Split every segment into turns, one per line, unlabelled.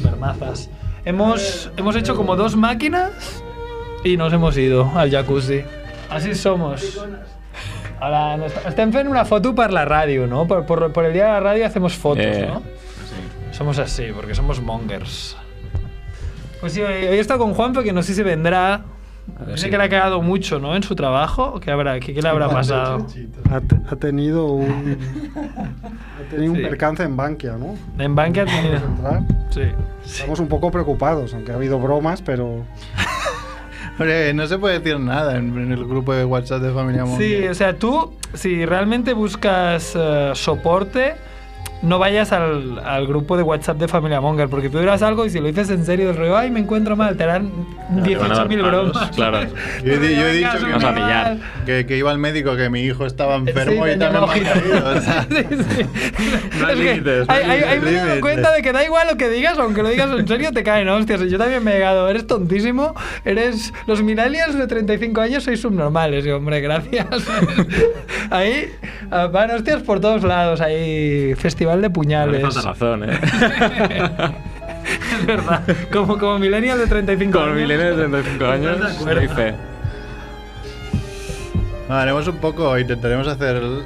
Supermazas. Hemos, hemos hecho como dos máquinas y nos hemos ido al jacuzzi. Así somos. Ahora, no est- estem fent una foto per la ràdio, no? Per, per, per el dia de la ràdio hacemos fotos,
Eh.
no? Somos así, porque somos mongers. Pues sí, hoy he estado con Juanpa, que no sé si vendrá. Sé
sí.
que le ha quedado mucho, ¿no? En su trabajo. ¿o ¿Qué, habrá, qué, qué le habrá pasado?
Ha, te- ha tenido un. Ha tenido
Sí.
un percance en Bankia, ¿no?
En Bankia ha tenido...
¿Verdad?
Sí.
Estamos un poco preocupados, aunque ha habido bromas, pero.
Hombre, no se puede decir nada en, en el grupo de WhatsApp de Familia Monger.
Sí, o sea, tú, si realmente buscas eh, soporte, no vayas al, al grupo de WhatsApp de Familia Monger, porque tú dirás algo y si lo dices en serio, del rollo, ay, me encuentro mal, te harán
Te van a dar
18.000
palos,
bromas.
Claro.
Yo he, di- yo he
Venga,
dicho que,
Vas a pillar.
mal.
que- que iba al médico, que mi hijo estaba enfermo
Sí,
y también me
tenía
ha caído. o sea.
Sí, sí.
No hay
Es que
límites, no hay
hay- hay- hay- me he dado
límites.
cuenta de que da igual lo que digas, aunque lo digas en serio, te caen hostias. Y Yo también me he llegado, eres tontísimo, eres... Los millennials de 35 años sois subnormales. Y, hombre, gracias. ahí ah, van hostias por todos lados. Ahí, festival de
No le
puñales.
falta razón, ¿eh?
es verdad. Como, como millennial de 35
Con
años.
milenios de 35 años,
¿Estás de acuerdo?
doy fe.
No, haremos un poco, intentaremos hacer el-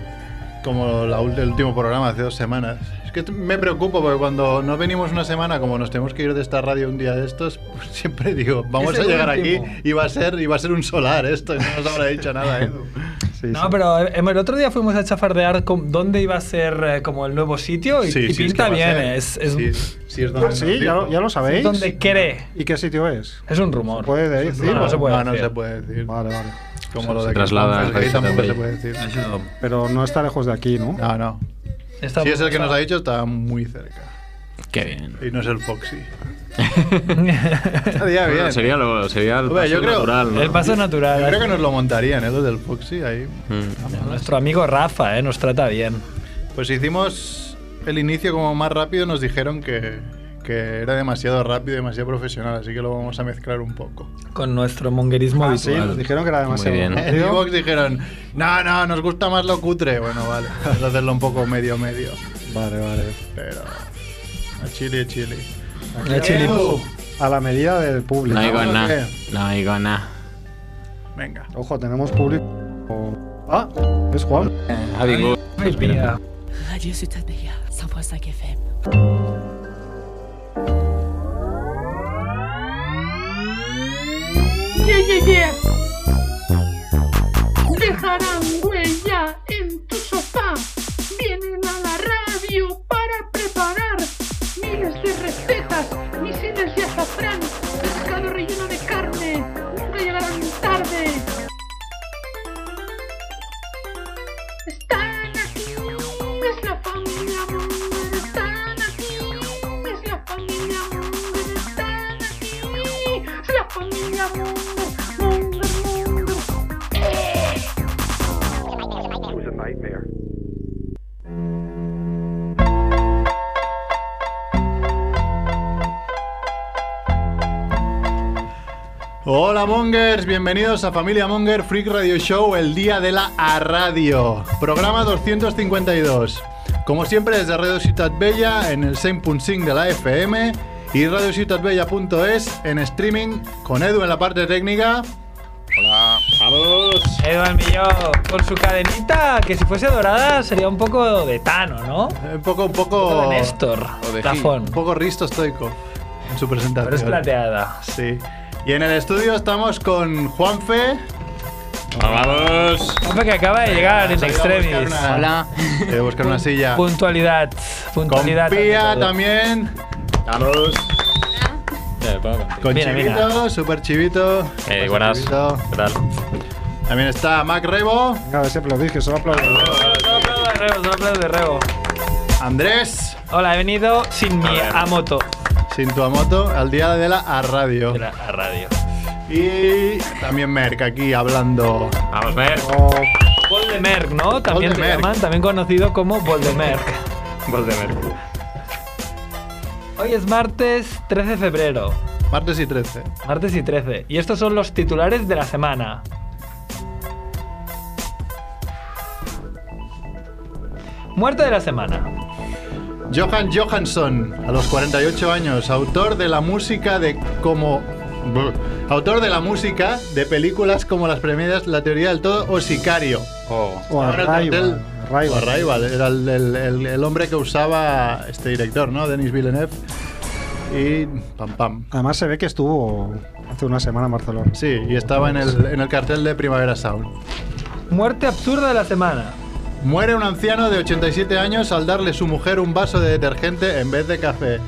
como la ul- el último programa hace dos semanas. Es que me preocupo porque cuando no venimos una semana, como nos tenemos que ir de esta radio un día de estos, pues siempre digo, vamos
Es
a
el
llegar
último.
aquí y va a ser, y va a ser un solar esto, y no nos habrá dicho nada, Edu.
Sí, sí.
No, pero eh, el otro día fuimos a chafardear con- dónde iba a ser eh, como el nuevo sitio y,
Sí,
y
sí, es que
pinta
va a
bien.
ser.
eh, Es, es-
Sí,
es
sí, es donde
Ah,
nos
sí, ya
dijo.
lo, ya lo sabéis.
donde cree.
¿Y qué sitio es?
Es un rumor.
¿Puede decir?
No, no se puede
No, no
decir.
se puede decir.
Vale, vale.
Como lo
Se
de
traslada
Confes
a
Gay
Revista
tampoco se
Play.
puede decir.
Pero no está lejos de aquí, ¿no?
No, no.
Está-
Si es el que nos ha dicho, está muy cerca.
Qué bien.
Y no es el Foxy.
el
Estaría
Bueno,
bien.
sería, lo, sería el
Hombre, yo
paseo
creo-
natural, ¿no?
paso
Yo creo que
natural.
nos lo montarían, ¿eh? Los del Foxy ahí.
Mm.
Nuestro amigo Rafa, eh, nos trata bien.
Pues hicimos el inicio como más rápido, nos dijeron que, que era demasiado rápido y demasiado profesional, así que lo vamos a mezclar un poco.
Con nuestro monguerismo
Ah, sí,
habitual.
nos dijeron que era demasiado.
bien.
En
rápido.
Evox dijeron, no, no, nos gusta más lo cutre. Bueno, vale, vamos a hacerlo un poco medio-medio,
Vale, vale.
pero a chile, chile.
El chili.
A la medida del público.
No digo
Vamos a
nada.
ver.
No digo nada.
Venga.
Ojo, tenemos público. Ah, es Juan.
Eh,
Adiós.
Ay, mira.
Radio Sud-Athéa, 100.5 FM.
Yeah, yeah, yeah. Dejarán huella en tu sofá. Vienen a la radio para preparar miles de recetas, misiles de azafrán, pescado relleno de carne. Nunca llegarán tarde. Están aquí, es la familia Munger. Están aquí, es la familia Munger. Están aquí, es la familia Munger. Munger, Munger.
Hola Mongers, bienvenidos a Familia Monger Freak Radio Show, el día de la A Radio, programa 252. Como siempre desde Radio Ciutat Vella en el 100.5 de la FM y radiociutatbella.es en streaming con Edu en la parte técnica.
Eduard Milló, con su cadenita, que si fuese dorada sería un poco de Tano, ¿no?
Un poco, un
O
poco,
de Néstor,
o de
Tafón.
Oh. un poco Risto Stoico en su
Pero es
presentación.
plateada.
sí. Y en el estudio estamos con Juanfe.
Vamos.
Hombre, que acaba de llegar en
Se ha ido a buscar
extremis.
una- se ha ido a buscar una silla.
Puntualidad.
Con
Puntualidad.
Pía también. Con
Mira, mira.
Chivito, super Chivito.
Eh,
Super
buenas.
Chivito.
¿Qué tal?
También está Mac Rebo,
Venga, a ver si aplaudís, que solo aplaudís.
Solo aplaudo de rebo, solo aplaudo de rebo.
Andrés,
Hola, he venido sin mi
ver.
Amoto.
Sintuamoto, al día de la a radio.
De la a radio.
Y también Merck aquí hablando.
Vamos, ver.
Oh,
Voldemerck, ¿no? También te
Voldemerck.
llaman, también conocido como Voldemerck.
Gol de Merck.
Hoy es martes 13 de febrero.
Martes y 13.
Martes y 13. Y estos son los titulares de la semana. Muerte de la semana.
Johan Johansson, a los 48 años, autor de la música de como... Brr. Autor de la música de películas como las premiadas La teoría del todo o Sicario.
Oh.
O
Ahora el cartel-
Arrival.
o
Arrival.
Arrival, era el, el- el- el hombre que usaba este director, ¿no? Denis Villeneuve. Y pam pam.
Además se ve que estuvo hace una semana en Barcelona.
Sí, y estaba en el, en el cartel de Primavera Sound.
Muerte absurda de la semana.
Muere un anciano de 87 años al darle su mujer un vaso de detergente en vez de café.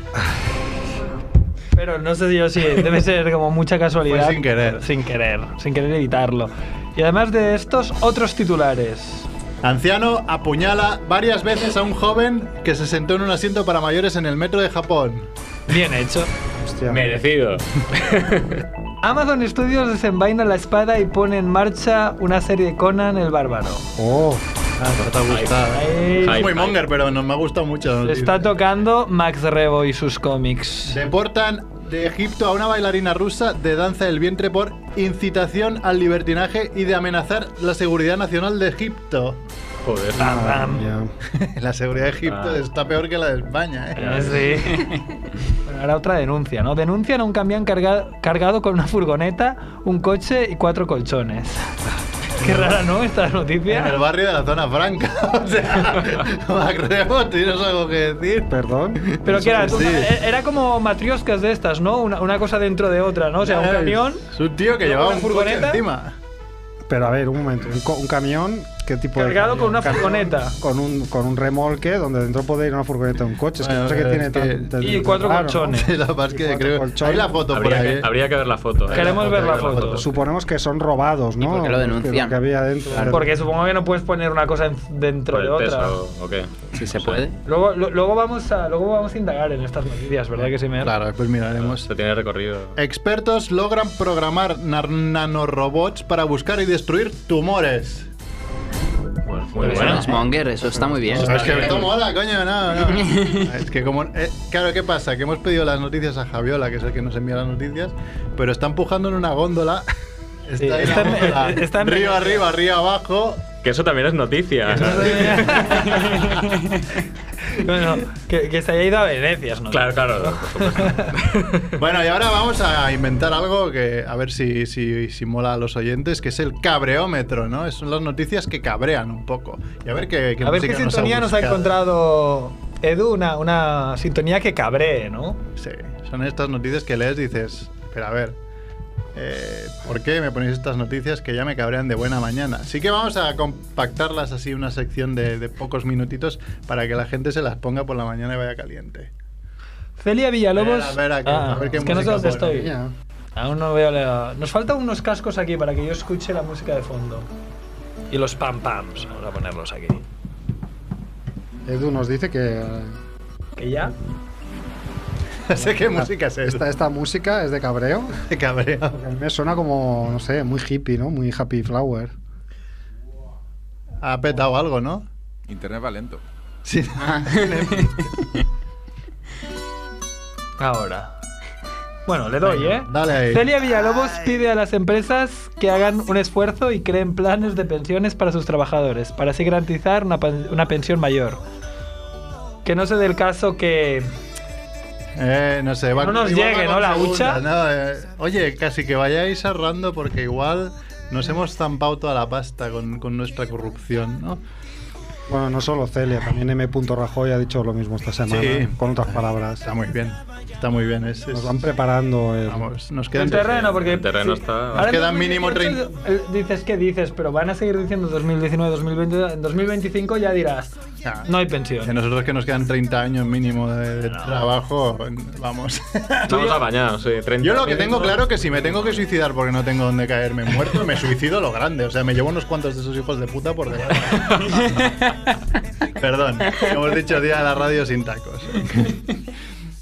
Pero no sé yo si debe ser como mucha casualidad.
Fue sin querer.
Sin querer, sin querer evitarlo. Y además de estos, otros titulares.
Anciano apuñala varias veces a un joven que se sentó en un asiento para mayores en el metro de Japón.
Bien hecho.
Hostia.
Merecido.
Amazon Studios desenvaina la espada y pone en marcha una serie Conan el Bárbaro.
Oh,
Ah, no te ha gustado.
Ahí
Ay.
Es muy monger, pero nos me ha gustado mucho.
le está tocando Max Rebo y sus cómics.
Deportan de Egipto a una bailarina rusa de danza del vientre por incitación al libertinaje y de amenazar la seguridad nacional de Egipto.
Joder.
Pam,
Ah, ya.
La seguridad de Egipto
Ah.
está peor que la de España, ¿eh?
pam. Ah, Sí. Bueno, ahora otra denuncia, ¿no? Denuncian a un camión carga- cargado con una furgoneta, un coche y cuatro colchones. Qué rara, ¿no? Esta
En el
noticia.
barrio de la zona franca. O sea, Macreo, tienes algo que decir.
Perdón.
Pero que era, eh, e,
Sí.
era como matrioscas de estas, ¿no? Una, una cosa dentro de otra, ¿no? O sea, un
Ay,
camión.
Es un tío que
luego
llevaba
una
un coche
furgoneta.
encima.
Pero a ver, un momento. Un, co- un camión, ¿qué tipo de
Cargado
camión?
con una
Un camión
furgoneta.
Con un, con un remolque donde dentro puede ir una furgoneta o un coche. Es que
Bueno,
no sé qué
pero
tiene
es que-
tan- tan-
Y cuatro
raro, ¿no?
colchones.
La verdad es que
cuatro
creo.
colchones.
Hay la foto por
Habría
ahí.
que,
¿eh?
habría que ver la foto. eh.
Queremos ver la
Hay
foto.
Suponemos que son robados, ¿no?
por qué lo denuncian?
Lo que había dentro.
Porque supongo que no puedes poner una cosa en- dentro
Por
de
el
otra.
peso o qué.
Si se puede.
Luego, lo- luego, vamos a, luego vamos a indagar en estas noticias, ¿verdad que sí, Mer?
Claro, pues después miraremos.
Esto tiene recorrido.
Expertos logran programar nar- nanorobots para buscar y destruir tumores.
Bueno, muy
Pero eso
bueno.
no es Monger, eso está muy bien.
Es que esto mola, coño, no, no. Es que como... eh, claro, ¿qué pasa? Que hemos pedido las noticias a Javiola, que es el que nos envía las noticias, pero está empujando en una góndola. Está,
Sí,
ahí la
está en-
góndola.
está en-
río arriba, río abajo.
Que eso también es noticia.
bueno, que, que se haya ido a Venecia, ¿no?
Claro, claro. por supuesto.
Bueno, y ahora vamos a inventar algo que a ver si, si, si mola a los oyentes, que es el cabreómetro, ¿no? Son las noticias que cabrean un poco. Y a ver qué,
A ver qué
música
sintonía nos ha
buscado.
encontrado Edu, una, una sintonía que cabree, ¿no?
Sí, son estas noticias que lees y dices, pero a ver, eh, ¿por qué me ponéis estas noticias que ya me cabrean de buena mañana? Así que vamos a compactarlas así, una sección de, de pocos minutitos para que la gente se las ponga por la mañana y vaya caliente.
Celia Villalobos.
A ver, a ver, a qué-
Ah,
a ver qué
es que no sé
música
dónde
pone.
estoy.
Ya.
Aún no veo la. Nos faltan unos cascos aquí para que yo escuche la música de fondo. Y los pam pams. Vamos a ponerlos aquí.
Edu nos dice que eh,
¿Que ya?
sé qué música es
esta,
esta,
esta música es de cabreo.
de cabreo.
porque a mí Me suena como, no sé, muy hippie, ¿no? Muy happy flower.
Ha petado algo, ¿no?
Internet va lento.
Sí.
Ahora. Bueno, le doy, ¿eh?
Dale ahí.
Celia Villalobos pide a las empresas que hagan un esfuerzo y creen planes de pensiones para sus trabajadores, para así garantizar una, pen- una pensión mayor. Que no se dé el caso que...
Eh, no sé, va-
No nos
igual va
llegue,
con
¿no? La
segundas,
hucha.
¿no? Eh, oye, casi que vayáis ahorrando porque igual nos hemos zampado toda la pasta con, con nuestra corrupción, ¿no?
Bueno, no solo Celia, también M. Rajoy ha dicho lo mismo esta semana,
Sí.
con otras palabras.
Está muy bien, está muy bien. Es, es-
Nos van preparando el...
vamos, nos
El
quedan,
terreno, porque... Ah,
el terreno está-
Ahora en
Quedan mínimo
2018, eh, Dices que dices, pero van a seguir diciendo 2019, 2020... En 2025 ya dirás,
Ah,
no hay
que
pensión.
nosotros que nos quedan 30 años mínimo de, de trabajo, vamos.
Estamos apañados, sí. 30
Yo lo que tengo
minutos.
claro que si me tengo que suicidar porque no tengo donde caerme muerto, me suicido lo grande. O sea, me llevo unos cuantos de esos hijos de puta por debajo. Perdón, hemos dicho día de la radio sin tacos.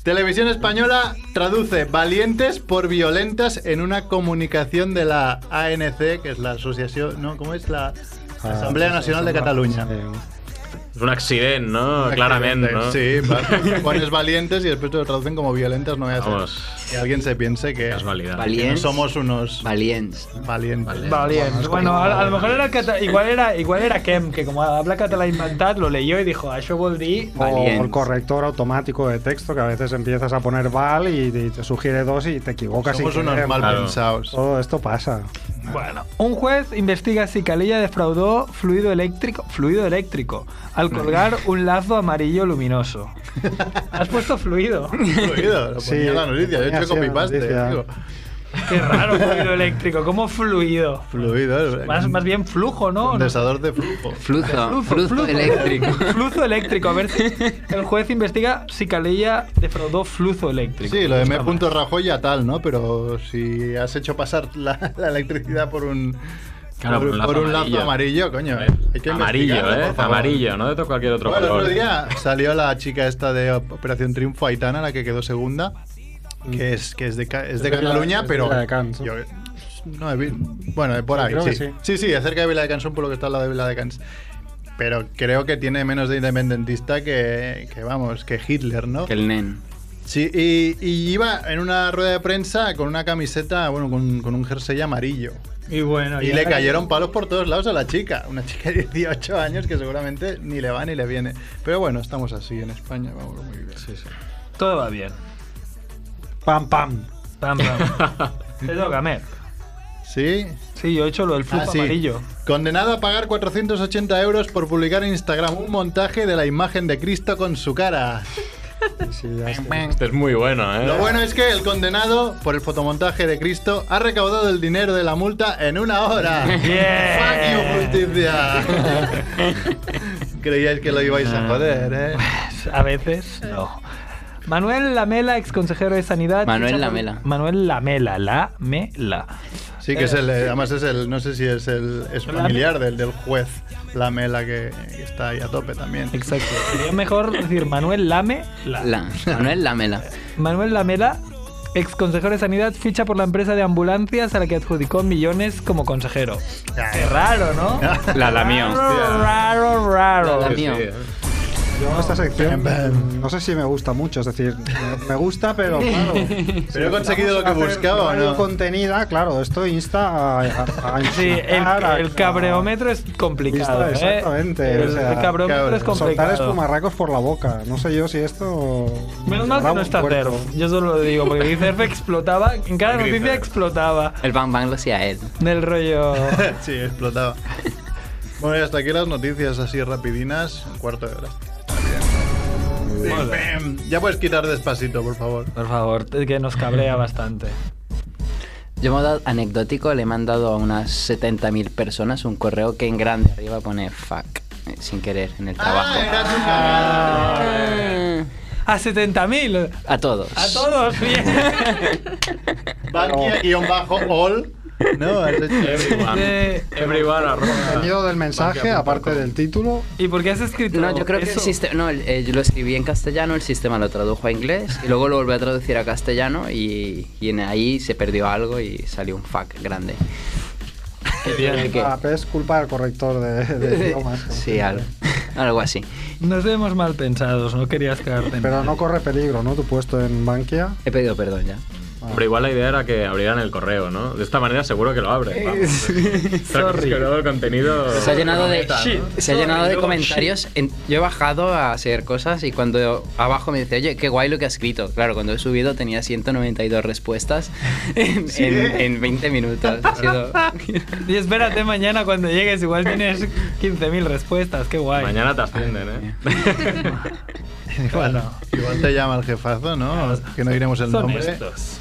Televisión Española traduce valientes por violentas en una comunicación de la ANC, que es la asociación, no, ¿cómo es la
Ah,
Asamblea Nacional de Cataluña?
sí.
Es un accident, no? Clarament, no?
Sí, va- pones valientes y después te lo traducen como violentas, no voy a hacer.
Vamos.
Que alguien se piense que,
Es válida.
que no
Valients.
somos unos
Valients.
valientes.
Valients. Bueno, a, a lo mejor era cata- igual era igual era Kem, que como habla català inventat, lo leyó y dijo, això vol dir...
O
Valients.
el corrector automático de texto, que a veces empiezas a poner val y, y te sugiere dos y te equivocas.
Somos
sin
unos
querer.
mal
Claro.
pensados.
Todo esto pasa.
Bueno. Un juez investiga si Calella defraudó fluido eléctrico, fluido eléctrico al colgar un lazo amarillo luminoso. Has puesto fluido.
Fluido, lo
Sí,
ponía en la noticia, yo he
ponía
hecho
así en la
copy-paste.
noticia.
digo,
Qué raro fluido eléctrico, ¿cómo fluido?
Fluido,
Más, más bien flujo, ¿no?
Condensador de flujo.
Fluzo. Fluzo eléctrico.
Fluzo eléctrico. A ver si el juez investiga si Calella defraudó fluzo eléctrico.
Sí, lo de
Está
M.
mal.
Rajoy ya tal, ¿no? Pero si has hecho pasar la, la electricidad por un,
Claro,
por,
por un lazo
por un lazo
amarillo.
amarillo, coño. hay que
Amarillo,
investigarlo,
¿eh?
por favor.
Amarillo, no de cualquier otro
Bueno, el
color.
otro día salió la chica esta de Operación Triunfo, Aitana, la que quedó segunda, que es, que es de, Ca- es de
de Vila-
Cataluña,
Mm. es de
pero...
Vila de Cans, ¿no?
yo- no, he vi- bueno, de por ahí,
Creo
sí.
que
sí.
sí.
Sí, acerca de Vila de Cans, un pueblo que está al lado de Vila de Cans. Pero creo que tiene menos de independentista que, que, vamos, que Hitler, ¿no?
Que el nen.
Sí, y, y iba en una rueda de prensa con una camiseta, bueno, con, con un jersey amarillo.
Y bueno,
Y
ya-
le cayeron palos por todos lados a la chica. Una chica de 18 años que seguramente ni le va ni le viene. Pero bueno, estamos así en España, vamos muy bien.
Sí, sí.
Todo va bien.
Pam, pam.
Pam, pam. Te toca, Mer.
¿Sí?
Sí, yo he hecho lo del flujo
Ah, sí.
amarillo.
Condenado a pagar 480 euros por publicar en Instagram un montaje de la imagen de Cristo con su cara.
Sí, ya está.
Este es muy bueno, ¿eh?
Ah.
Lo bueno es que el condenado por el fotomontaje de Cristo ha recaudado el dinero de la multa en una hora.
Bien.
¡Fuck you, justicia! Creíais que lo ibais
Ah.
a joder, ¿eh?
Pues, A veces, no. Manuel Lamela, ex consejero de Sanidad.
Manuel
ficha por-
Lamela.
Manuel Lamela, la mela.
Sí, que es el. eh, Además, es el. No sé si es el. Es familiar del, del juez Lamela que, que está ahí a tope también.
Exacto. Sería mejor decir Manuel Lame. La.
La. Manuel Lamela.
Manuel Lamela, ex consejero de Sanidad, ficha por la empresa de ambulancias a la que adjudicó millones como consejero. Qué raro, ¿no?
La lamió.
Raro, raro, raro.
La
Sí, sí,
mío.
¿eh?
Yo esta sección mm, no sé si me gusta mucho, es decir, me- me gusta, pero claro.
Pero he conseguido lo que
Hacer
buscaba,
radio
¿no?
contenida, claro, esto insta a, a- a
Sí, el,
insultar, a-
el cabreómetro es complicado.
Listo,
¿eh?
exactamente,
El,
o sea,
el cabreómetro
cabrón,
es
a soltar
complicado.
espumarracos por la boca. No sé yo si esto.
Menos mal que no está
cero.
Cerf. Yo solo lo digo, porque Cerf explotaba. En cada
Angry
noticia
Cerf.
explotaba.
El Bang Bang lo hacía él.
Del rollo.
sí, explotaba. Bueno, y hasta aquí las noticias así rapidinas. Un cuarto de hora. Pim, pim. Ya puedes quitar despacito, por favor.
Por favor, que nos cabrea bastante.
Yo modo anecdótico le he mandado a unas 70.000 personas un correo que en grande arriba pone fuck eh, sin querer en el trabajo.
Ah, era tu cagada.
Ah.
A 70.000.
A todos.
A todos, bien.
Bankia-all. No, has hecho-
Eh,
Everyone. Everyone arroba.
Contenido del mensaje, aparte del título.
¿Y por qué has escrito
No, yo creo que el
eso?
sistema. No, el- eh, yo lo escribí en castellano, el sistema lo tradujo a inglés y luego lo volvió a traducir a castellano y, y en ahí se perdió algo y salió un fuck grande. En el que-
Ah, pero es culpa del corrector de, de idiomas.
sí, algo, algo así.
Nos vemos mal pensados, no querías quedarte en
Pero no corre peligro, ¿no? Tu puesto en Bankia.
He pedido Eh, perdón ya.
Pero igual la idea era que abrieran el correo, ¿no? De esta manera seguro que lo abren. vamos. Pero
Sorry.
es que luego el contenido.
Se ha llenado de,
Shit.
se ha llenado de
Sorry,
comentarios. En- yo he bajado a hacer cosas y cuando abajo me dice, oye, qué guay lo que has escrito. Claro, cuando he subido tenía 192 respuestas en, en- en 20 minutos. Ha sido-
Y espérate mañana cuando llegues, igual tienes 15.000 respuestas, qué guay. Pues
Mañana te ascienden, ¿eh?
Igual no.
Igual te llama el jefazo, ¿no? Que no diremos el
Son
nombre.
estos.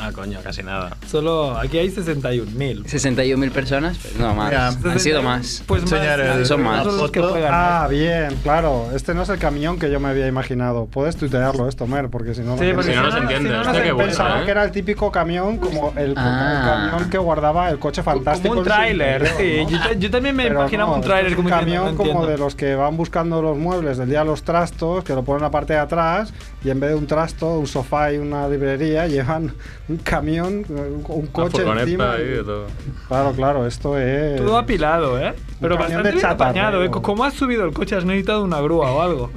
Ah, coño, casi nada.
Solo aquí hay 61.000.
61.000 personas, pues no más.
Mira,
Han sido más.
Pues más,
Enseñar el-
Son más.
Son los que
foto.
juegan.
Ah, bien, claro. Este no es el camión que yo me había imaginado. Puedes tuitearlo esto, Mer, porque si no.
Sí, porque
Si no, no se
si
entiende.
no, no
Hostia,
se Este
qué bueno,
pensaba
¿eh?
Pensaba que era el típico camión, como el,
Ah.
el camión que guardaba el coche fantástico.
Como un
en su
tráiler, sí.
interior, ¿no?
Yo, ta- yo también me
Pero
imaginaba
no,
un
esto
tráiler
es
como
un
diciendo,
camión
no
como de
entiendo.
los que van buscando los muebles del día de los trastos, que lo ponen en la parte de atrás y en vez de un trasto, un sofá y una librería llevan un camión, un- un coche
Ah, furgoneta
encima.
ahí y todo.
Claro, claro, esto es.
Todo apilado, ¿eh? Pero
camión
bastante
de
bien
chatarra,
apañado, ¿eh?
digo.
¿Cómo has subido el coche? ¿Has necesitado una grúa o algo?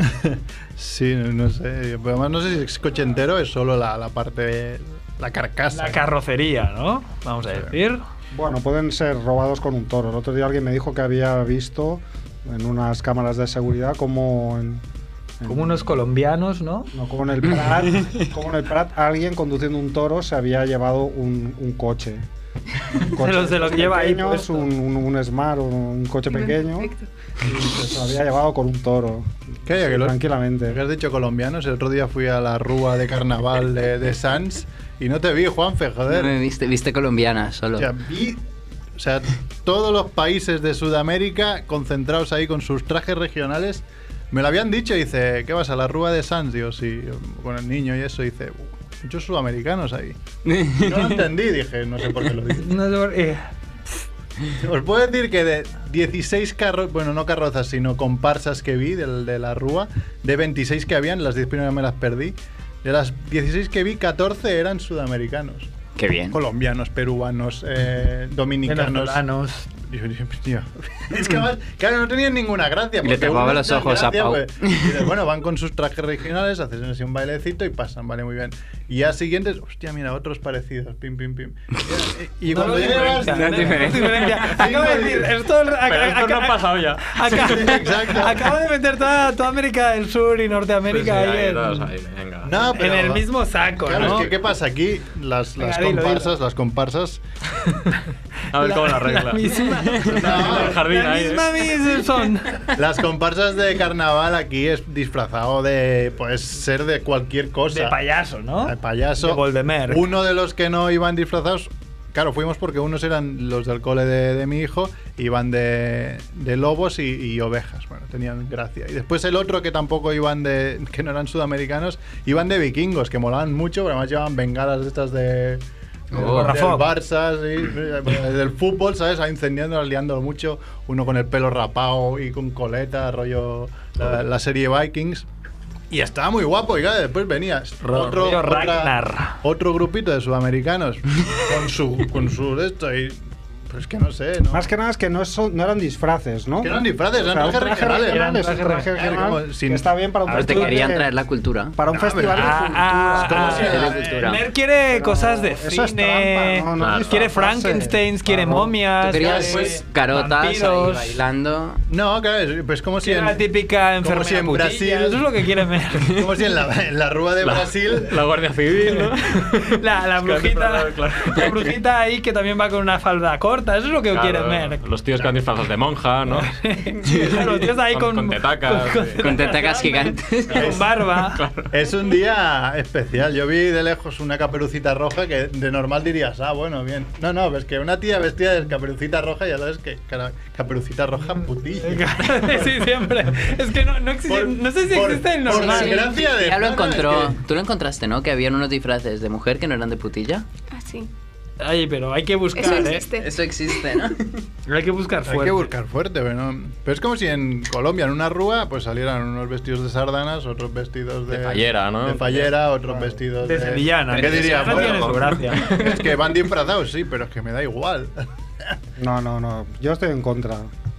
Sí, no no sé. Pero además no sé si es coche entero, es solo la, la parte de la carcasa.
La carrocería, ¿no? Vamos a decir.
Bueno, pueden ser robados con un toro. El otro día alguien me dijo que había visto en unas cámaras de seguridad como en, en-
Como unos colombianos, ¿no?
no, como en el Prat, como en el Prat alguien conduciendo un toro se había llevado un, un coche. Un coche
los- se los lleva ahí
pequeños,
puesto.
un, un, un Smart, un, un coche pequeño,
Perfecto.
y se lo había llevado con un toro.
Calla, que lo-
tranquilamente.
que has dicho colombianos, el otro día fui a la rúa de carnaval de, de Sanz y no te vi, Juanfe,
No
joder.
me viste, viste colombiana solo.
O sea, vi- o sea, todos los países de Sudamérica concentrados ahí con sus trajes regionales. Me lo habían dicho, dice, ¿qué vas a la Rúa de Sanz? Digo, sí, con el niño y eso, dice, "Uh, muchos sudamericanos ahí. No lo entendí, dije, no sé por qué lo dije.
No sé por- eh,
Os puedo decir que de 16 carrozas, bueno, no carrozas, sino comparsas que vi del- de, la Rúa, de 26 que habían, las 10 primeras me las perdí. De las 16 que vi, 14 eran sudamericanos.
Qué bien.
Colombianos, peruanos, eh, dominicanos.
venezolanos.
Yo- yo- yo- Es que además, claro, no tenían ninguna gracia.
Y le
porque
tapaba
uno
los
da
ojos a
gracia,
Pau.
pues, y dices, bueno, van con sus trajes regionales, hacen así un bailecito y pasan, vale, muy bien. Y ya siguientes, hostia, mira, otros parecidos, pim, pim, pim. Y, y
No
cuando
lo
llegas...
diferencia, no lo
diferencia.
diferencia. Acabo de decir, esto,
Pero esto no ha pasado ya.
Acá-
Sí, exacto.
Acabo de meter toda, toda América del Sur y
Pues
Norteamérica
Sí, sí,
ahí
ahí,
en,
todos ahí, venga.
No,
en
pero-
el mismo saco,
Claro,
¿no?
es que ¿qué pasa aquí? Las, las
Venga, dilo,
comparsas,
dilo.
las comparsas...
A ver cómo la
La
arregla.
misma,
el jardín
la
ahí. ¿eh?
misma Wilson.
Las comparsas de carnaval aquí es disfrazado de... Pues ser de cualquier cosa.
De payaso, ¿no?
El payaso.
De Voldemort.
Uno de los que no iban disfrazados. Claro, fuimos porque unos eran los del cole de, de mi hijo, iban de, de lobos y, y ovejas. Bueno, tenían gracia. Y después el otro que tampoco iban de. que no eran sudamericanos, iban de vikingos, que molaban mucho, pero además llevaban bengalas de estas de.
Oh.
del
Rafa.
Barça, sí, eh, del fútbol, ¿sabes? Ahí incendiando, liándolo mucho. Uno con el pelo rapado y con coleta, rollo la- la serie Vikings. Y estaba muy guapo, y claro, después venía otro,
Rollo
otra-
Ragnar.
otro grupito de sudamericanos con su, con su de esto y pues que no sé, ¿no?
Más que nada es que no, son, no eran disfraces, ¿no?
Que eran disfraces,
O sea,
eran
un
trajes
traje
regionales.
regional es
Eran
un traje
trajes
regional
como sin-
que está bien para un
Ahora te
festival
querían
de-
traer la cultura.
Para un
No,
festival
pero-
de
Ah, ah,
cultura.
¿Cómo
ah,
se llama?
de cultura.
Mer quiere cosas de
Eso es
cine.
trampa, no,
Claro.
disfrazarse.
Quiere Frankensteins, quiere
Claro.
momias.
Tú querías
quiere
carotas ahí
vampiros.
bailando.
No, claro, es- pues como si
Quiere
en,
la típica
como
enfermera
si en
putilla.
Brasil-
Eso es lo que quiere Mer.
como si en la, en la rúa de Brasil
La Guardia Civil, ¿no? Es
La, la
que han
brujita.
disfrazado, claro.
La brujita ahí que también va con una falda corta. Eso es lo que quiere
Claro,
Mer.
Los tíos que han disfrazado de monja, ¿no?
Los tíos ahí
Con-
con.
con tetacas, sí.
Con tetacas gigantes.
Con barba.
es un día especial. Yo vi de lejos una caperucita roja que de normal dirías, ah, bueno, bien. No, no, ves que una tía vestida de caperucita roja, ya sabes que cara- caperucita roja putilla.
sí, siempre. Es que no, no existe.
Por-
no sé si
por-
existe el
por
normal.
la gracia de
Ya lo
Hanna
encontró.
es que-
Tú lo encontraste, ¿no? Que habían unos disfraces de mujer que no eran de putilla.
Ah, sí.
Ay, pero hay que buscar,
Eso
¿eh?
existe.
Eso existe, ¿no?
Hay que buscar fuerte.
Hay que buscar fuerte, pero, no- pero es como si en Colombia, en una rúa, pues salieran unos vestidos de sardanas, otros vestidos de...
De fallera, ¿no?
De fallera, otros vestidos de...
De sevillana.
¿Qué
que
diría?
sevillana tiene su gracia.
es que van disfrazados, sí, pero es que me da igual.
No, no, no. Yo estoy en contra.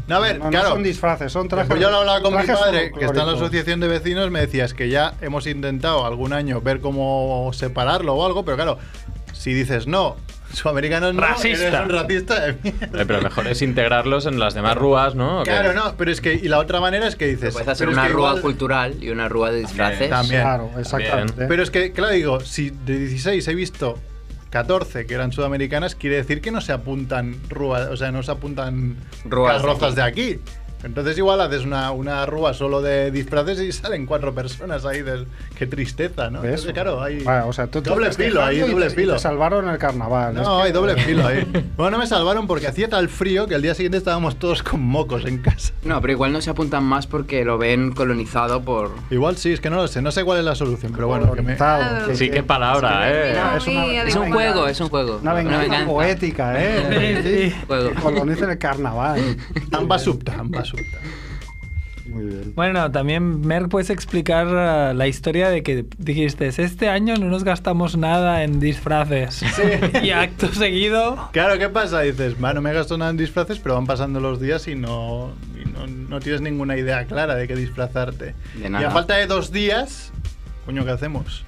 No, a ver,
No, no
claro.
son disfraces, son trajes.
Pues yo lo hablaba con mi
trajes
padre, que está en la
folclóricos.
asociación de vecinos, me decías que ya hemos intentado algún año ver cómo separarlo o algo, pero claro, si dices no, sudamericanos no,
Racista.
eres un racista de mierda.
Eh, Pero mejor es integrarlos en las demás rúas, ¿no? ¿O qué?
Claro, no, pero es que, y la otra manera es que dices.
Puedes hacer
pero es
una
que
rúa
igual-
cultural y una rúa de disfraces.
también.
Claro, exactamente.
Pero es que, claro, digo, si de 16 he visto 14 que eran sudamericanas, quiere decir que no se apuntan rúas, o sea, no se apuntan
Rúas de
carrozas de aquí. Entonces igual haces una, una rúa solo de disfraces y salen cuatro personas ahí. de- qué tristeza, ¿no?
¿Ves?
Entonces, claro, hay
Vale, o sea, tú- tú
doble
estás
filo ahí,
quejando y
doble
te- y
filo.
Te salvaron el carnaval. Es
No,
que-
hay doble filo ahí. Bueno, no me salvaron porque hacía tal frío que el día siguiente estábamos todos con mocos en casa.
No, pero igual no se apuntan más porque lo ven colonizado por.
Igual sí, es que no lo sé, no sé cuál es la solución, pero bueno, que me,
Colonizado,
Sí, qué palabra,
No,
¿eh?
es una-
muy
es
Es un
adecuado.
juego, es un juego.
Una venganza, poética, ¿eh?
Sí, sí.
Juego.
Colonicen el carnaval.
Ambas subta, ambas subta.
Muy bien.
Bueno, también, Merck, puedes explicar eh, la historia de que dijiste, este año no nos gastamos nada en disfraces. y acto seguido...
Claro, ¿qué pasa? Dices, "Va, no me gasto nada en disfraces, pero van pasando los días y no, y no, no tienes ninguna idea clara de qué disfrazarte.
De nada.
Y a falta de dos días, coño, ¿qué hacemos?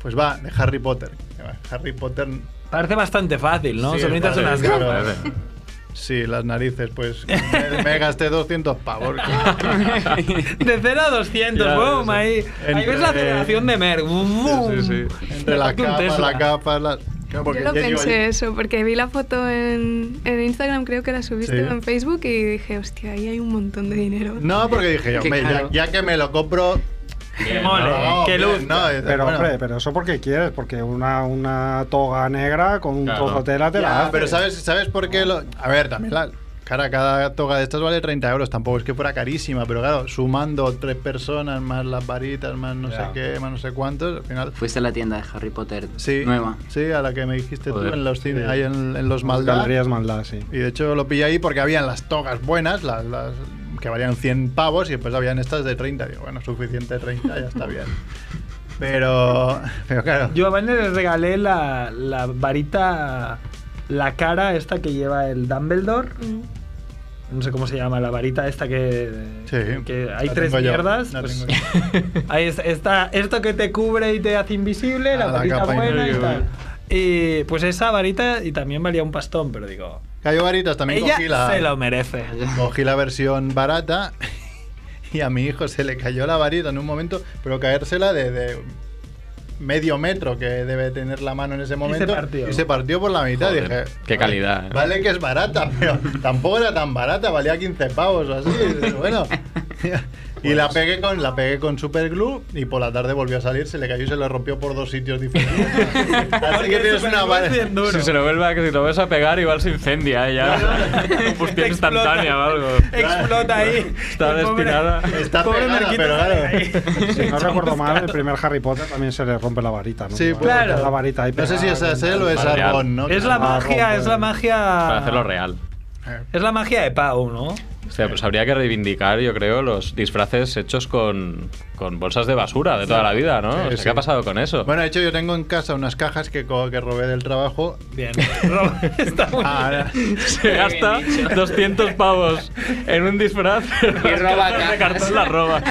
Pues va, de Harry Potter. Que va, Harry Potter,
Parece bastante fácil, ¿no?
Sí,
Solo necesitas
vale,
unas
claro,
gafas.
vale.
sí, las narices, pues me, me gasté 200 pavos.
De 0 a 200,
Ya,
boom,
sí.
ahí. Ahí
Entre-
ves la aceleración de Merck. boom.
Sí, sí, sí.
Entre la
Hazte un
capa,
Tesla.
la capa, la... Claro, porque
Yo lo
ya llevo
pensé
ahí-
eso, porque vi la foto en, en Instagram, creo que la subiste
Sí.
o en Facebook y dije, hostia, ahí hay un montón de dinero.
No, porque dije yo,
Qué
"Hombre, ya-
caro.
ya, que me lo compro...
Que mole,
no,
que
bien,
luz.
no, dices,
Pero,
bueno,
hombre, pero eso porque quieres, porque una, una toga negra con un
Claro.
trozo de tela te
Ya,
la hace.
pero ¿sabes, ¿sabes por qué? Lo... A ver, también la... Cara, cada toga de estas vale 30 euros, tampoco es que fuera carísima, pero claro, sumando tres personas, más las varitas, más no
Ya.
sé qué, más no sé cuántos, al final...
Fuiste a la tienda de Harry Potter
Sí,
nueva.
sí, a la que me dijiste
Joder.
tú en los cines,
Sí.
ahí en, en los
Las
Maldad.
Galerías maldad, sí.
Y de hecho lo pillé ahí porque habían las togas buenas, las, las que valían 100 pavos, y después habían estas de 30. Digo, bueno, suficiente 30, ya está bien. Pero, pero claro,
Yo a Vane les regalé la, la varita, la cara esta que lleva el Dumbledore.
Mm.
No sé cómo se llama, la varita esta que,
Sí,
que hay
la
tres
tengo yo,
mierdas.
la
pues,
tengo
ahí es- está esto que te cubre y te hace invisible,
Ah,
la
la
varita
capa
buena y
invisible.
tal. Y pues esa varita y también valía un pastón, pero digo,
Cayo Varitas también
ella
cogí la,
se lo merece.
cogí la versión barata y a mi hijo se le cayó la varita en un momento, pero caérsela de, de medio metro que debe tener la mano en ese momento.
partió.
y se partió por la mitad.
Joder,
dije,
qué calidad, ¿eh?
Vale que es barata, pero tampoco era tan barata, valía 15 pavos o así. y dices, Bueno. Y la pegué con la pegué con superglue y por la tarde volvió a salir, se le cayó y se le rompió por dos sitios diferentes. Así que
Porque
tienes
se
una
me
vara-
hace duro.
Si se lo vuelve a, si lo ves a pegar, igual se incendia ¿eh? ya. Combustión
Explota.
instantánea o algo.
Explota ahí.
Está
El pobre-
destinada.
Está
Pobre
pegada,
Merquito
pero claro.
sale ahí.
Ah, Si no recuerdo mal, el primer Harry Potter también se le rompe la varita, ¿no?
Sí,
Va,
puede
Claro.
La varita ahí
No sé si es
pegada.
a él o es
Vale,
Arbón, ¿no?
Es la magia, es la magia.
Para hacerlo real.
Es la magia de Pau, ¿no?
O sea, pues habría que reivindicar, yo creo, los disfraces hechos con, con bolsas de basura de toda la vida, ¿no?
Sí,
O sea,
sí.
¿Qué ha pasado con eso?
Bueno, de hecho, yo tengo en casa unas cajas que, co- que robé del trabajo.
Bien. Rob, está muy
Ah,
bien.
ahora-
se gasta 200 pavos en un disfraz
Y roba
las cajas de
cajas.
cartón las roba.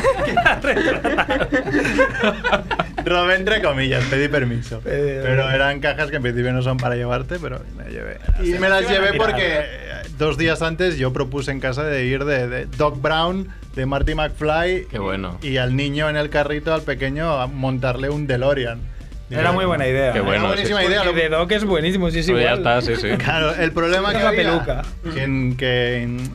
robé entre comillas, pedí permiso.
Eh,
Pero eran cajas que en principio no son para llevarte, pero me las llevé. Y me las
iban a
llevé
tirar.
porque eh, dos días antes yo propuse en casa de ir de, de Doc Brown, de Marty McFly.
Qué bueno.
Y al niño en el carrito, al pequeño, a montarle un DeLorean.
Era muy buena idea.
Qué
¿eh?
bueno.
Era buenísima
sí.
idea.
Porque
lo-
de Doc es buenísimo, sí, sí.
Pues ya
igual.
está, sí, sí.
Claro, el problema
Es
que
la
había,
peluca.
que en, que en, eh,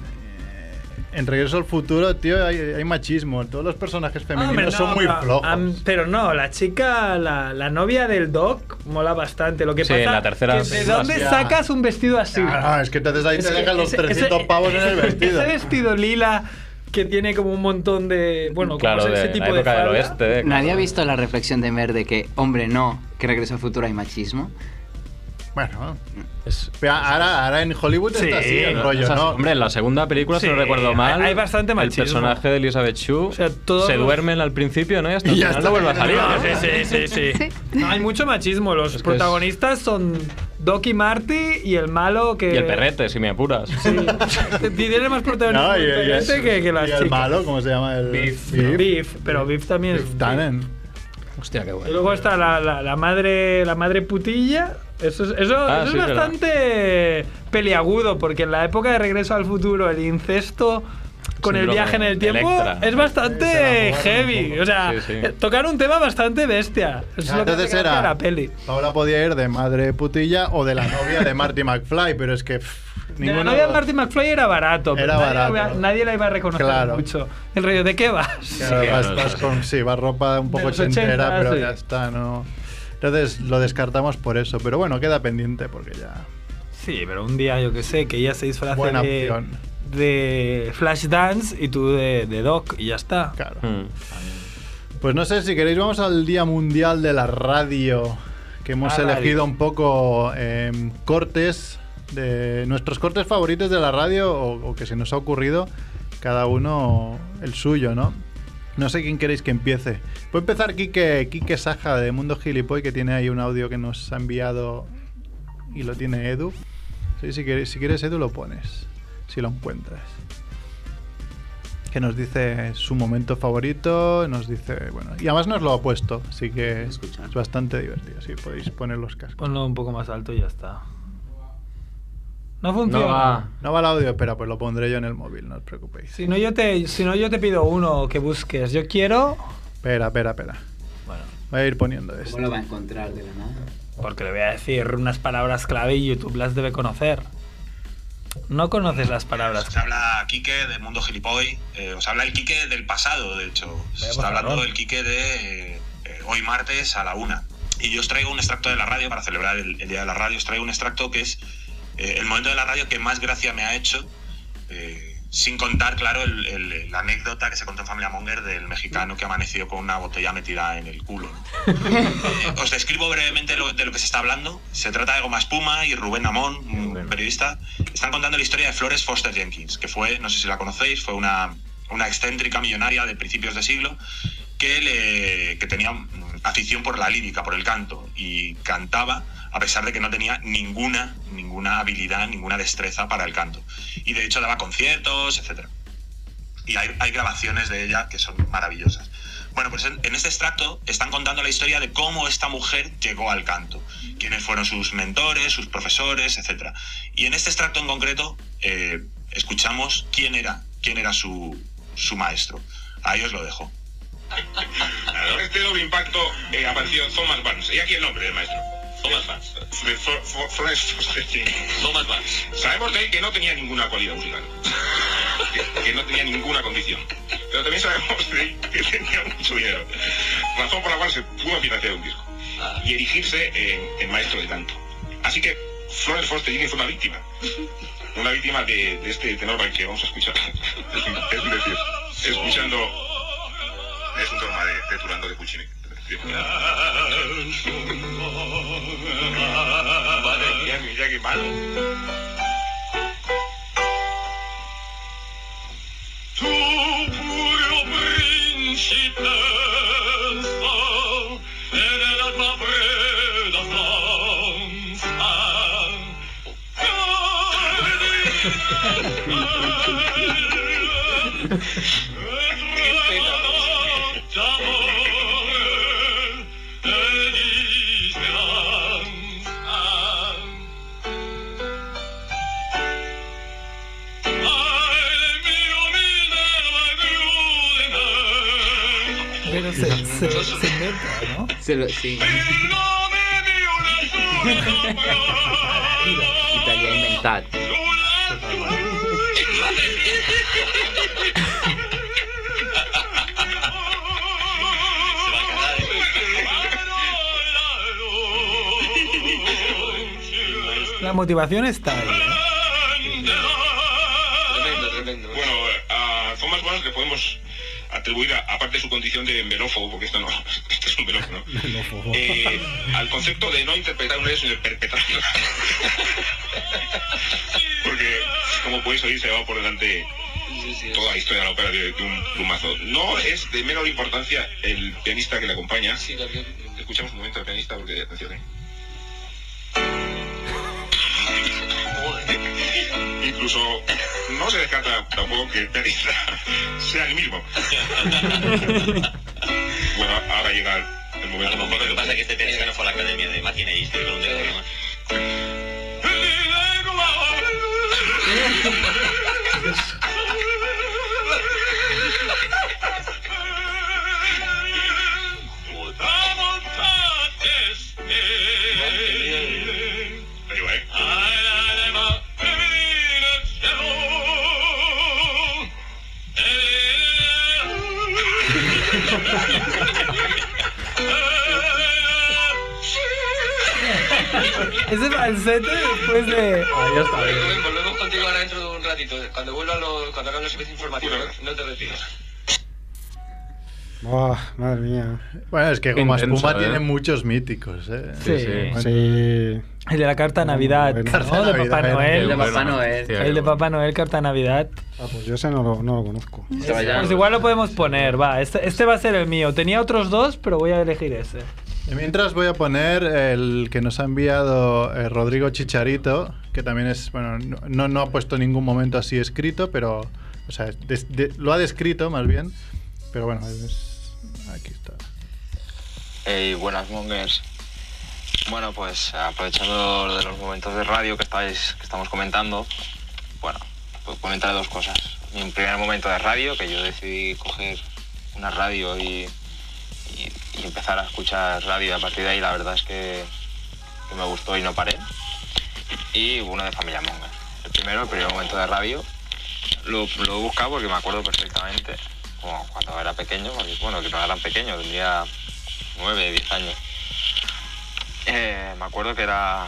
en Regreso al Futuro, tío, hay, hay machismo. Todos los personajes
Ah,
femeninos
hombre, no,
son muy
pero-
flojos.
am- pero no, la chica, la, la novia del Doc, mola bastante. Lo que
Sí,
pasa
en la tercera
que ¿De
sí,
dónde
hostia.
sacas un vestido así?
Ah, es que entonces ahí
Es
te
que
dejan los
ese-
300
ese-
pavos en el vestido.
Ese vestido lila que tiene como un montón de. Bueno,
claro,
como es ese
de
tipo
la época
de
del
falda.
oeste.
¿Nadie ha visto la reflexión de Mer de que, hombre, no, que regreso al futuro hay machismo?
Bueno,
Es-
pero ahora, ahora en Hollywood
Sí,
está así el
no,
rollo,
esas-
¿no?
Hombre, en la segunda película, si
Sí,
no recuerdo mal,
hay- hay bastante
el
machismo.
personaje de Elizabeth Shue
O sea, todos
se
los-
duermen al principio, ¿no? Y hasta
Y
el
ya
final
está.
no vuelve a salir.
No,
¿no?
sí, sí, sí, sí.
Sí.
No, hay mucho machismo. Los
Es que es-
protagonistas son Doc y Marty y el malo que.
Y el perrete, si me apuras.
Sí. Tiene más protagonismo
No, y-
el
y-
perrete que, que las
y el
chicas.
malo, ¿cómo se llama? El
Biff.
Biff.
Beef, pero Beef también
Biff
es.
Tannen.
Hostia, qué
Y
bueno.
luego está la, la- la madre la madre putilla. Eso es, eso,
Ah,
eso
sí,
es
es verdad.
bastante peliagudo, porque en la época de Regreso al Futuro, el incesto con el
Síndrome
viaje en el tiempo
Electra.
es bastante
Sí, se la jugaron un
heavy.
poco.
O sea,
Sí, sí.
eh, tocar un tema bastante bestia. Es lo que
Entonces
hace gracia
era.
a la peli.
Paula podía ir de madre putilla o de la novia de Marty McFly, pero es que. pff,
De la
ninguno-
novia de Marty McFly era barato, pero
Era
nadie, la
barato.
iba- nadie la iba a reconocer
Claro.
mucho. El rollo, ¿de qué vas?
Claro,
Sí,
vas-
claro,
vas
claro.
con- sí, va ropa un poco
los 80,
ochentera, pero
sí.
ya está, ¿no? Entonces lo descartamos por eso, pero bueno, queda pendiente porque ya.
Sí, pero un día, yo que sé, que ella se disfrace
Buena
de,
opción.
de Flash Dance y tú de, de Doc y ya está.
Claro.
Mm.
Pues no sé, si queréis, vamos al Día Mundial de la Radio, que hemos
La radio.
elegido un poco eh, cortes, de nuestros cortes favoritos de la radio o, o que se nos ha ocurrido cada uno el suyo, ¿no? No sé quién queréis que empiece. Voy a empezar Quique, Quique Saja de Mundo Gilipoy, que tiene ahí un audio que nos ha enviado y lo tiene Edu. Sí, si, quieres, si quieres, Edu, lo pones, si lo encuentras. Que nos dice su momento favorito, nos dice, bueno, y además nos lo ha puesto, así que es
Escuchar.
bastante divertido. Sí, podéis poner los cascos.
Ponlo un poco más alto y ya está. No funciona.
No va.
No va el audio, espera, pues lo pondré yo en el móvil, no os preocupéis.
Si no, yo te, si no, yo te pido uno que busques. Yo quiero.
Espera, espera, espera.
Bueno,
Voy a ir poniendo este. esto.
¿Cómo lo va a encontrar de la nada?
porque le voy a decir unas palabras clave y YouTube las debe conocer. No conoces las palabras.
Os habla Quique del mundo gilipoy. eh, os habla el Quique del pasado, de hecho. Se
Vaya
está hablando
vacilón.
del Quique de eh, eh, hoy martes a la una. Y yo os traigo un extracto de la radio para celebrar el, el día de la radio. Os traigo un extracto que es eh, el momento de la radio que más gracia me ha hecho. eh, sin contar, claro, el- el- la anécdota que se contó en Familia Monger del mexicano que amaneció con una botella metida en el culo. ¿no? Eh, os describo brevemente lo- de lo que se está hablando. Se trata de Goma Espuma y Rubén Amón, un
Bueno.
periodista. Están contando la historia de Flores Foster Jenkins, que fue, no sé si la conocéis, fue una, una excéntrica millonaria de principios de siglo que, le- que tenía mm, afición por la lírica, por el canto, y cantaba a pesar de que no tenía ninguna, ninguna habilidad, ninguna destreza para el canto. Y de hecho daba conciertos, etcétera y hay, hay grabaciones de ella que son maravillosas. Bueno, pues en, en este extracto están contando la historia de cómo esta mujer llegó al canto, quiénes fueron sus mentores, sus profesores, etc. Y en este extracto en concreto eh, escuchamos quién era, quién era su, su maestro. Ahí os lo dejo.
Este doble impacto eh, apareció Thomas Barnes. ¿Y aquí el nombre del maestro? Thomas Barnes. De Fo- Fo- Florence Foster Jenkins. Thomas Barnes. Sabemos de él que no tenía ninguna cualidad musical. que, que no tenía ninguna condición. Pero también sabemos de él que tenía mucho dinero. Razón por la cual se pudo financiar un disco. Y erigirse en, en maestro de canto. Así que Florence Foster Jenkins fue una víctima. Una víctima de, de este tenor al que vamos a escuchar. es un es un decir. Escuchando es un tema de, de Turando de Puccini. Madre mía, mira qué malo. Tu puro príncipe en el alma breda
Pero se, se, se nota, ¿no?
Se lo, sí. Italia inventar.
La motivación está ahí. ¿eh?
Tremendo, tremendo. Bueno, a Thomas Barnes le podemos atribuir, a- aparte de su condición de melófobo, porque esto no, esto es un melófono, eh, al concepto de no interpretar una idea, sino de perpetrarla. porque, como podéis oír, se va por delante toda la historia de la ópera de, de un plumazo. No es de menor importancia el pianista que le acompaña. Escuchamos un momento al pianista porque atención, ¿eh? Incluso no se descarta tampoco que el pianista sea el mismo. bueno, ahora llega el momento. Lo que pasa es que este pianista no fue a la academia de máquina y con un dedo
Ese falsete después de.
Ahí está. bien.
Volvemos contigo ahora dentro de un ratito. Cuando vuelva, lo, cuando hagan los servicios informativos, no te retires.
Buah, madre mía.
Bueno, es que Goma
Intenso,
Espuma
¿eh?
tiene muchos míticos, ¿eh?
Sí,
sí.
Sí.
Sí.
El de la carta de Navidad,
bueno.
¿no?
Carta de
de Papá
Qué
Navidad,
El de
Noel.
bueno,
Papá Noel.
hostia, qué
El de
bueno.
Papá Noel, carta de Navidad.
Ah, pues yo ese no lo, no lo conozco.
Estaba ya-
Pues igual lo podemos poner, va. Este, este va a ser el mío. Tenía otros dos, pero voy a elegir ese.
Y Mientras voy a poner el que nos ha enviado eh, Rodrigo Chicharito, que también es, bueno, no- no, no ha puesto ningún momento así escrito, pero, o sea, des- de- lo ha descrito más bien, pero bueno, es- aquí está.
Hey, buenas mongers. Bueno, pues aprovechando lo de los momentos de radio que estáis, que estamos comentando, bueno, pues comentaré dos cosas. Mi primer momento de radio, que yo decidí coger una radio y, y- y empezar a escuchar radio y a partir de ahí la verdad es que, que me gustó y no paré. Y uno de Familia Monger. El primero, el primer momento de radio, lo, lo he buscado porque me acuerdo perfectamente, como cuando era pequeño, porque, bueno, que no era tan pequeño, tendría 9, 10 años. Eh, me acuerdo que era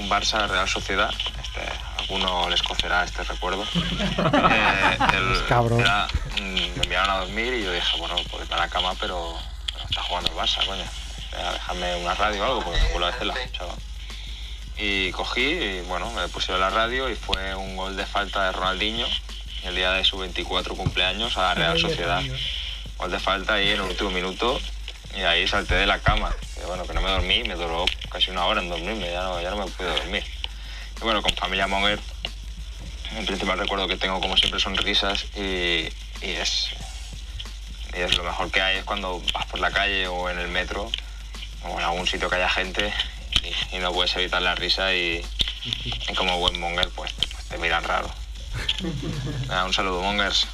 un Barça Real Sociedad. Este, alguno les cocerá este recuerdo. Eh, el-
Cabrón.
era- mm, me enviaron a dormir y yo dije, bueno, pues irme a la cama, pero, pero está jugando el Barça, coño. Eh, Déjame una radio o algo, porque me acuerdo a veces la escuchaba. Y cogí y bueno, me pusieron la radio y fue un gol de falta de Ronaldinho el día de su 24 cumpleaños a la Real Sociedad. Gol de falta ahí en el último minuto y ahí salté de la cama. Que bueno, que no me dormí, me duró casi una hora en dormirme, ya no, ya no me pude dormir. Y bueno, con familia Monger, el principal recuerdo que tengo como siempre son risas y, y es, y es lo mejor que hay es cuando vas por la calle o en el metro o en algún sitio que haya gente y, y no puedes evitar la risa y, y como buen monger pues, pues te miran raro. Nada, un saludo mongers.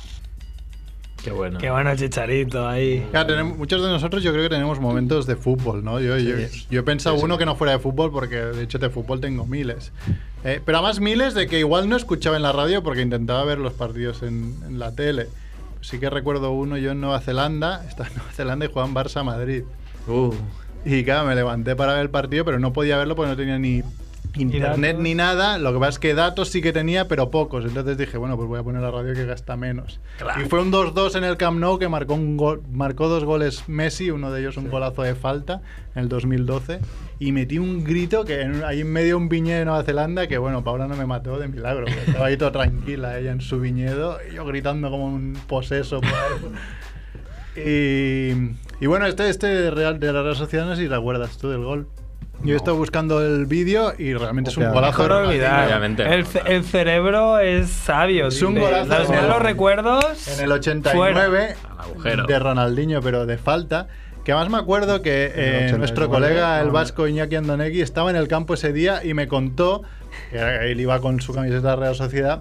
Qué bueno.
Qué bueno el chicharito ahí.
Ya, tenemos- muchos de nosotros yo creo que tenemos momentos de fútbol, ¿no? Yo, yo, yo he pensado uno que no fuera de fútbol porque de hecho de fútbol tengo miles. Eh, pero además miles de que igual no escuchaba en la radio porque intentaba ver los partidos en, en la tele. Sí que recuerdo uno yo en Nueva Zelanda, estaba en Nueva Zelanda y jugaban Barça-Madrid.
Uh,
Y claro, me levanté para ver el partido, pero no podía verlo porque no tenía ni internet
datos.
ni nada. Lo que pasa es que datos sí que tenía, pero pocos. Entonces dije, bueno, pues voy a poner la radio que gasta menos. Y fue un 2-2 en el Camp Nou que marcó, un gol- marcó dos goles Messi, uno de ellos un golazo de falta en el 2012. Y metí un grito que en- ahí en medio de un viñedo de Nueva Zelanda, que bueno, Paula no me mató de milagro. porque Estaba ahí todo tranquila ella en su viñedo, y yo gritando como un poseso por ahí. Y, y bueno, este, este de, Real, de la Real Sociedad no sé si te acuerdas tú del gol. Yo he estado buscando el vídeo y realmente es un
Obviamente.
golazo. de
Mejor olvidar.
Obviamente,
El,
no,
ce-
claro.
el cerebro es sabio.
Es un
tío.
golazo.
Los malos recuerdos.
En el 89
Al agujero.
de Ronaldinho, pero de falta. Que además me acuerdo que eh,
89,
nuestro colega, el vasco Iñaki Andonegui, estaba en el campo ese día y me contó que él iba con su camiseta de Real Sociedad.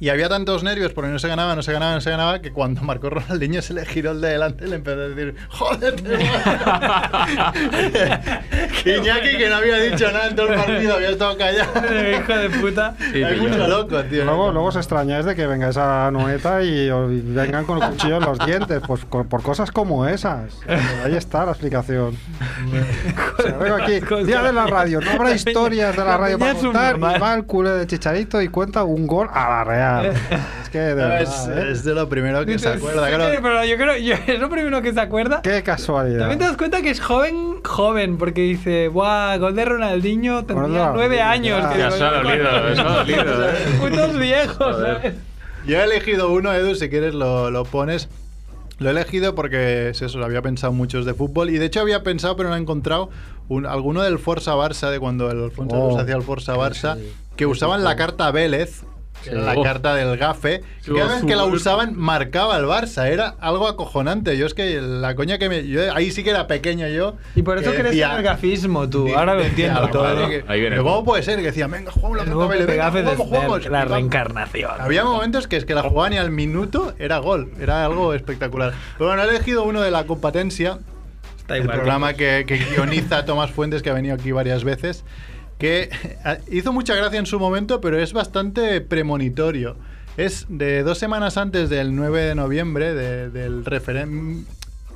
Y había tantos nervios porque no se ganaba, no se ganaba, no se ganaba, que cuando marcó Ronaldinho se le giró el de delante y le empezó a decir, ¡Joder! tío". Iñaki, que no había dicho nada en todo el partido, había estado callado.
Hijo de puta.
Sí,
Hay
pillado.
mucho loco, tío.
Luego, luego os extrañáis de que vengáis a Noeta y os vengan con el cuchillo en los dientes, pues co- por cosas como esas. Ahí está la explicación. O sea, vengo aquí, día de la radio, no habrá historias de la radio para contar, y va el culo de Chicharito y cuenta un gol a la Real. Es que de
No, es,
verdad, ¿eh?
es de lo primero que se
Dices,
acuerda,
sí,
claro.
Pero yo creo, yo- es lo primero que se acuerda.
Qué casualidad.
También te das cuenta que es joven, joven, porque dice, ¡buah! Gol de Ronaldinho, tendría
Ronaldinho,
nueve años.
ya.
Que
Ya
digo,
se ha dolido, eso ha dolido. ¿eh?
Putos viejos,
Joder.
¿sabes?
Yo he elegido uno, Edu, si quieres lo, lo pones. Lo he elegido porque es eso, lo había pensado muchos de fútbol. Y de hecho había pensado, pero no he encontrado un- alguno del Forza Barça, de cuando el Alfonso
Oh,
Cruz hacía el Forza Barça, que usaban la carta Vélez. que Era la
Oh.
carta del gafe.
Sí,
oh,
Cada vez que la
azul.
usaban, marcaba el Barça. Era algo acojonante. Yo es que la coña que me. yo- ahí sí que era pequeño yo.
Y por eso
que
crees
decía-
en el gafismo, tú. Ahora lo
a
entiendo
la
todo.
madre
El
que-
Ahí viene.
Pero ¿Cómo puede ser? Que decía, venga, jugamos la
nuevo
pelota, venga,
Pepe Gafes de
jugamos, jugamos.
Snell, la
Y-
reencarnación.
había momentos que es que la jugaban y al minuto era gol, era algo espectacular. Pero bueno, he elegido uno de la competencia,
Está
el
igual.
programa que, que guioniza Tomás Fuentes, que ha venido aquí varias veces, que hizo mucha gracia en su momento, pero es bastante premonitorio. Es de dos semanas antes del 9 de noviembre, de- del referéndum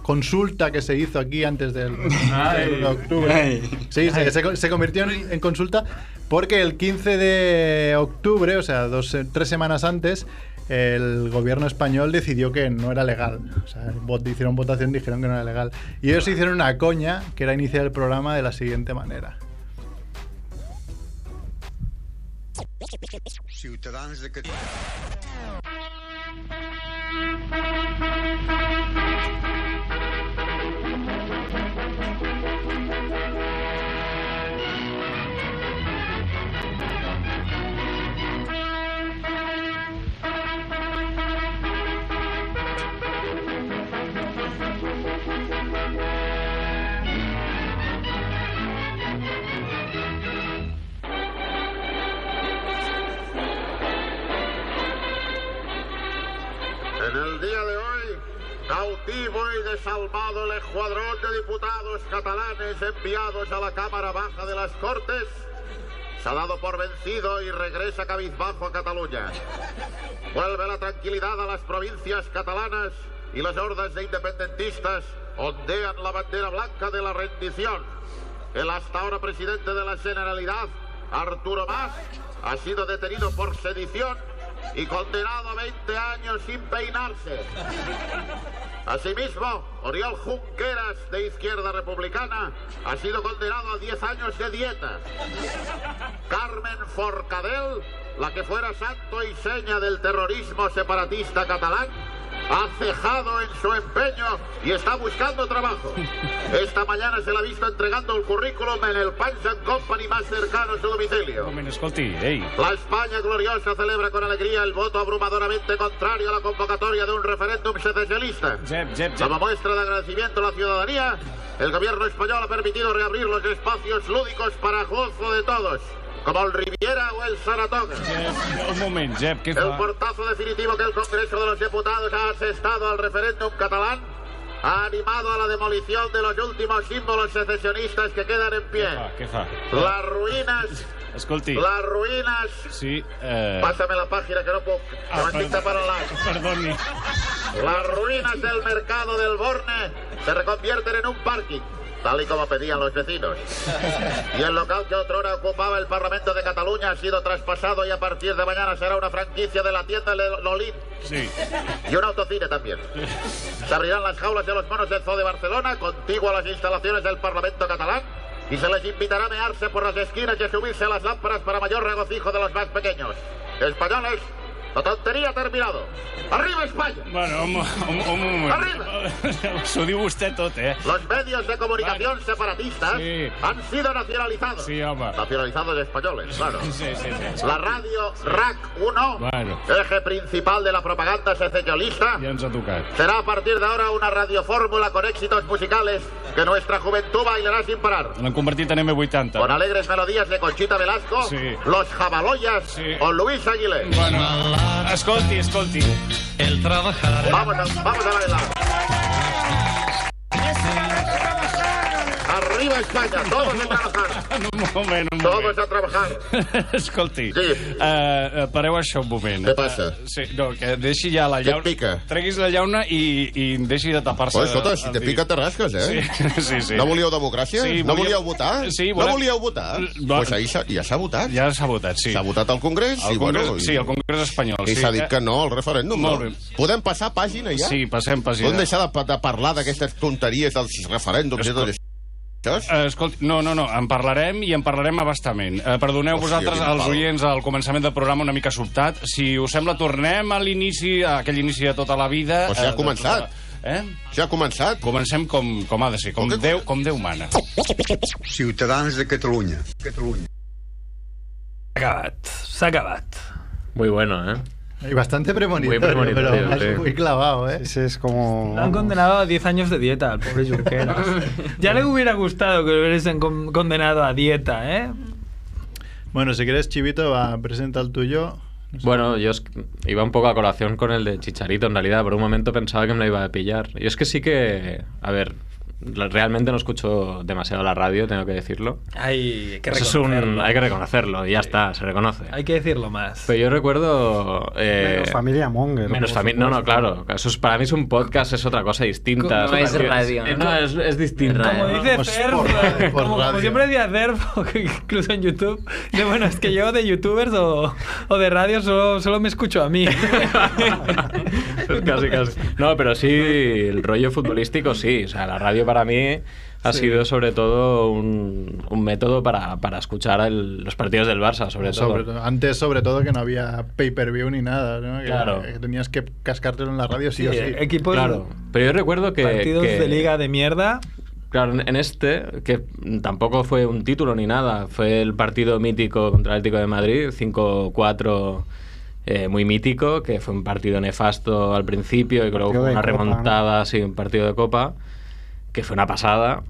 consulta que se hizo aquí antes del 1 de octubre. Sí, se, se- se convirtió en, en consulta porque el 15 de octubre, o sea, dos, tres semanas antes, el gobierno español decidió que no era legal. O sea, vot- hicieron votación y dijeron que no era legal. Y ellos hicieron una coña que era iniciar el programa de la siguiente manera.
Ciutadans de Catalunya.
En el día de hoy, cautivo y desalmado el escuadrón de diputados catalanes enviados a la Cámara Baja de las Cortes, se ha dado por vencido y regresa cabizbajo a Cataluña. Vuelve la tranquilidad a las provincias catalanas y las hordas de independentistas ondean la bandera blanca de la rendición. El hasta ahora presidente de la Generalidad, Arturo Mas, ha sido detenido por sedición y condenado a 20 años sin peinarse. Asimismo, Oriol Junqueras, de Izquierda Republicana, ha sido condenado a 10 años de dieta. Carmen Forcadell, la que fuera santo y seña del terrorismo separatista catalán, ha cejado en su empeño y está buscando trabajo. Esta mañana se la ha visto entregando el currículum en el Punch and Company más cercano a su domicilio. La España gloriosa celebra con alegría el voto abrumadoramente contrario a la convocatoria de un referéndum secesionista. Como muestra de agradecimiento a la ciudadanía, el gobierno español ha permitido reabrir los espacios lúdicos para gozo de todos, como el Riviera o el Saratoga.
Un moment, Jep, què
El
fa?
portazo definitivo que el Congreso de los Diputados ha asestado al referéndum catalán ha animado a la demolición de los últimos símbolos secesionistas que quedan en pie.
Què fa?
Las ruinas,
Escolti.
las ruinas
Sí, eh...
Pásame la página que no puedo. que
Ah,
me quita para la.
Perdoni.
Las ruinas del mercado del Borne se reconvierten en un parking, tal y como pedían los vecinos. Y el local que otrora ocupaba el Parlamento de Cataluña ha sido traspasado y a partir de mañana será una franquicia de la tienda Le- Lolín
Sí.
y un autocine también. Se abrirán las jaulas de los monos del Zoo de Barcelona, contiguo a las instalaciones del Parlamento catalán, y se les invitará a mearse por las esquinas y a subirse a las lámparas para mayor regocijo de los más pequeños. Españoles, la tontería ha terminado. ¡Arriba España!
Bueno, un, mo- un, un moment. S'ho diu vostè tot, eh?
Los medios de comunicación separatistas
Sí.
han sido nacionalizados.
Sí, home.
Nacionalizados españoles, claro.
Sí, sí, sí.
La radio RAC 1,
Bueno.
eje principal de la propaganda secesionista,
Ja ens ha tocat.
será a partir de ahora una radiofórmula con éxitos musicales que nuestra juventud bailará sin parar.
L'han convertit en M80.
Con alegres melodías de Conchita Velasco,
Sí.
Los Jabaloyas o Luis Aguilé.
Bueno, escolti, escolti. El trabajar...
Vamos a, vamos a bailar. Arriba España, todos a trabajar.
Un moment, un moment.
Todos a trabajar.
Escolti, sí. uh, pareu això un moment.
Què passa?
Eh, sí, no, que deixi ja la
Què et
llauna...
pica?
Treguis la llauna i, i deixi de tapar-se.
Oh, escolta, si
el
te
dit.
pica, te rasques, eh?
Sí, sí, sí.
No volíeu democràcia? No volíeu votar?
Sí,
No volíeu votar? Doncs Pues ahir s'ha- ja s'ha votat.
Ja s'ha votat, sí.
S'ha votat al Congrés?
El
i,
Congrés,
bueno, i-
sí, el Congrés espanyol.
I
sí. eh.
s'ha dit que no al referèndum,
Molt
no?
bé.
Podem passar pàgina ja?
Sí, passem pàgina.
Podem deixar de, pa- de parlar d'aquestes tonteries dels referèndums i tot això?
Eh, Escolta, no, no, no, en parlarem i en parlarem a bastament. Eh, perdoneu
Hòstia,
vosaltres,
quin
els
pal.
oients, al començament del programa una mica sobtat. Si us sembla, tornem a l'inici, a aquell inici de tota la vida.
Però si ja ha
eh, de
començat.
tota la- Eh?
Ja ha començat.
Comencem com, com ha de ser, com, Déu, com Déu mana.
Ciutadans de Catalunya. Catalunya.
Acabat. S'ha acabat.
Muy bueno, ¿eh?
Y bastante premonitorio,
Muy premonitorio,
pero más
sí.
muy clavado, ¿eh?
Sí, es como...
Lo han condenado a 10 años de dieta al pobre Junqueras. ya le hubiera gustado que lo hubiesen con- condenado a dieta, ¿eh?
Bueno, si quieres, Chivito, va, presenta el tuyo.
Bueno, yo es- iba un poco a colación con el de Chicharito, en realidad. Por un momento pensaba que me lo iba a pillar. Y es que sí que, a ver, Realmente no escucho demasiado la radio, tengo que decirlo.
Hay que
Eso es un-
reconocerlo.
hay que reconocerlo, y ya está, se reconoce.
Hay que decirlo más.
Pero yo recuerdo... eh,
Menos familia Monger.
Menos
por
familia. No, no,
supuesto.
claro. Eso es, para mí es un podcast, es otra cosa distinta.
No es radio,
Eh,
¿no?
No, es, es distinta.
Como dice Cerf,
Pues
eh,
por
como, como
radio.
siempre decía Cerf, que incluso en YouTube, que bueno, es que yo de youtubers o, o de radio solo, solo me escucho a mí.
Pues casi, casi. No, pero sí, el rollo futbolístico sí. O sea, la radio para mí ha
Sí.
sido sobre todo un, un método para, para escuchar el- los partidos del Barça, sobre,
Sobre
todo.
todo- antes, sobre todo, que no había pay-per-view ni nada, ¿no? Que-
Claro.
que tenías que cascártelo en la radio sí,
Sí,
o sí.
eh, equipos- Claro. Pero yo recuerdo que...
Partidos
que-
de liga de mierda.
Claro, en en este, que tampoco fue un título ni nada, fue el partido mítico contra el Atlético de Madrid, 5-4, eh, muy mítico, que fue un partido nefasto al principio y que luego
Partido
fue
de
una
Copa,
remontada, sí, un partido de Copa, que fue una pasada.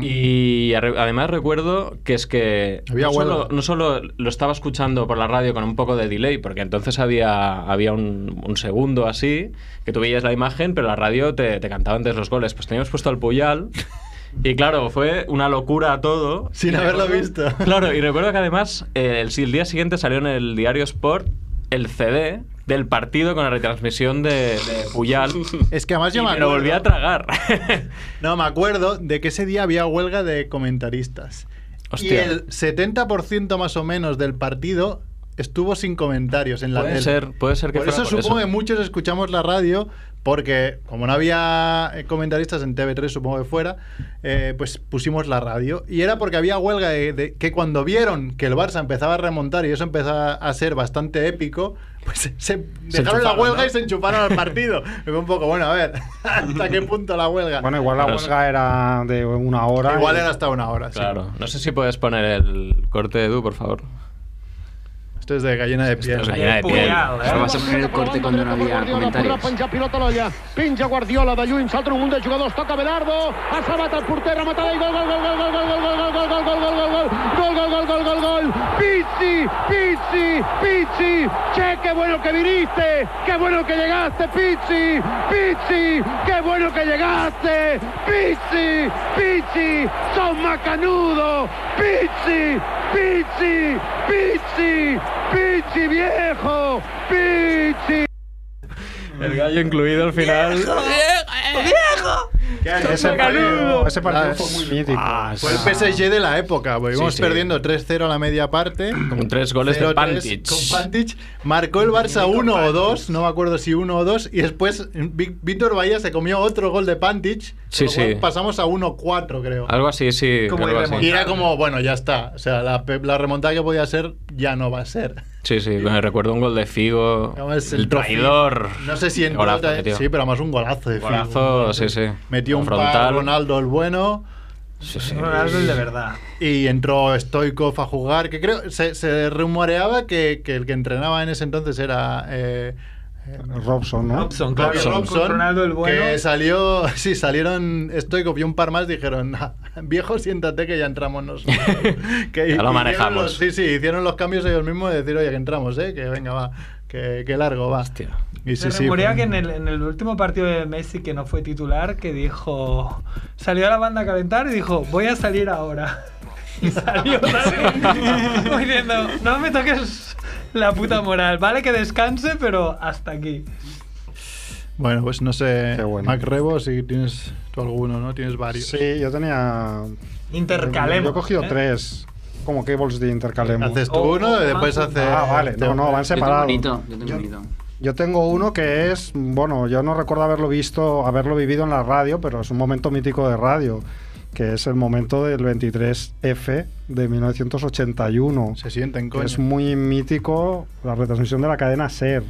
Y arre- además recuerdo que es que
Había
no, solo,
huelga.
no solo lo estaba escuchando por la radio con un poco de delay, porque entonces había, había un, un segundo así, que tú veías la imagen, pero la radio te, te cantaba antes los goles. Pues teníamos puesto al Puyal. Y claro, fue una locura todo.
Sin
Y
haberlo
recuerdo-
visto.
Claro, y recuerdo que además eh, el, si- el día siguiente salió en el diario Sport el CD del partido con la retransmisión de, de Puyal.
Es que además yo
Y
me
me lo
acuerdo.
volví a tragar.
No, me acuerdo de que ese día había huelga de comentaristas. Y
Hostia.
el 70% más o menos del partido estuvo sin comentarios en la
Puede
tele.
ser, puede ser que
Por
fuera
eso
por
supongo
eso.
que muchos escuchamos la radio, porque como no había eh, comentaristas en TV3, supongo que fuera, eh, pues pusimos la radio. Y era porque había huelga de, de- que cuando vieron que el Barça empezaba a remontar y eso empezaba a ser bastante épico, pues se- se dejaron la
enchufaron,
huelga
¿no?
y se enchufaron al partido. Y fue un poco, bueno, a ver, ¿hasta qué punto la huelga?
Bueno, igual la
Pero-
huelga era de una hora.
Igual
y-
era hasta una hora, sí.
Claro. No sé si puedes poner el corte de Edu, por favor.
Esto es de gallina de piel.
es gallina de piel. Això va ser el primer corte
quan no havia
comentaris.
Podrà penjar pilota a l'olla. Penja Guardiola de lluny, salta un munt de jugadors, toca Belardo, ha salvat el porter, rematada i gol, gol, gol, gol, gol, gol, gol, gol, gol, gol, gol, gol, gol, gol, gol, gol, gol, gol, gol, Pizzi, Pizzi, Pizzi, che, qué bueno que viniste, qué bueno que llegaste, Pizzi, Pizzi, qué bueno que llegaste, Pizzi, Pizzi, son macanudo, Pizzi, Pizzi, Pizzi, Pizzi viejo, Pizzi.
El gallo incluido al final.
¡Viejo!
Ese partido, ese partido fue muy
mítico.
Ah, Fue el PSG de la época, porque
Sí,
íbamos
sí.
perdiendo 3-0 a la media parte.
Con tres goles de
0-3
Pantic.
Con Pantic. Marcó el Barça 1 o 2, no me acuerdo si 1 o 2. Y después Vic- Víctor Bahía se comió otro gol de Pantic.
Sí,
con lo cual
sí.
Pasamos a 1-4, creo.
Algo así, sí.
Como
algo
de
así.
remontada. y era como, bueno, ya está. O sea, la, pe- la remontada que podía ser ya no va a ser.
Sí, sí. Me recuerdo un gol de Figo.
Además,
el traidor.
No sé si en
Golazo,
pelota,
tío.
Sí, pero además un golazo de Figo.
Golazo, sí, sí.
Metió un par,
Frontal.
Ronaldo el bueno.
Ronaldo el de verdad.
Y entró Stoikov a jugar, que creo, se, se rumoreaba que, que el que entrenaba en ese entonces era eh,
Robson, ¿no?
Robson,
Flavio
claro.
Robson,
Ronaldo el bueno.
que salió, sí, salieron Stoikov y un par más, dijeron, "Ah, viejo, siéntate que ya entramos nosotros. que
Ya lo
hicieron
manejamos.
los- sí, sí, hicieron los cambios ellos mismos de decir, oye, que entramos, eh, que venga, va, que, que largo va. Y sí,
Se
sí,
rumorea
fue-
que en el, en el último partido de Messi, que no fue titular, que dijo. Salió a la banda a calentar y dijo: Voy a salir ahora. Y salió también, como diciendo: No me toques la puta moral. Vale que descanse, pero hasta aquí.
Bueno, pues no sé, Mac Rebo, si tienes tú alguno, ¿no? Tienes varios.
Sí, yo tenía.
Intercalemos,
Yo he cogido
¿eh?
tres. ¿Cómo que vols de intercalemos?
Haces tú Oh, uno y después
ah,
haces-
Ah, vale, no, no, van
Yo tengo
separados.
bonito, yo tengo bonito.
Yo tengo uno que es, bueno, yo no recuerdo haberlo visto, haberlo vivido en la radio, pero es un momento mítico de radio, que es el momento del 23F de 1981.
Se sienten,
que
coño.
Es muy mítico la retransmisión de la cadena SER.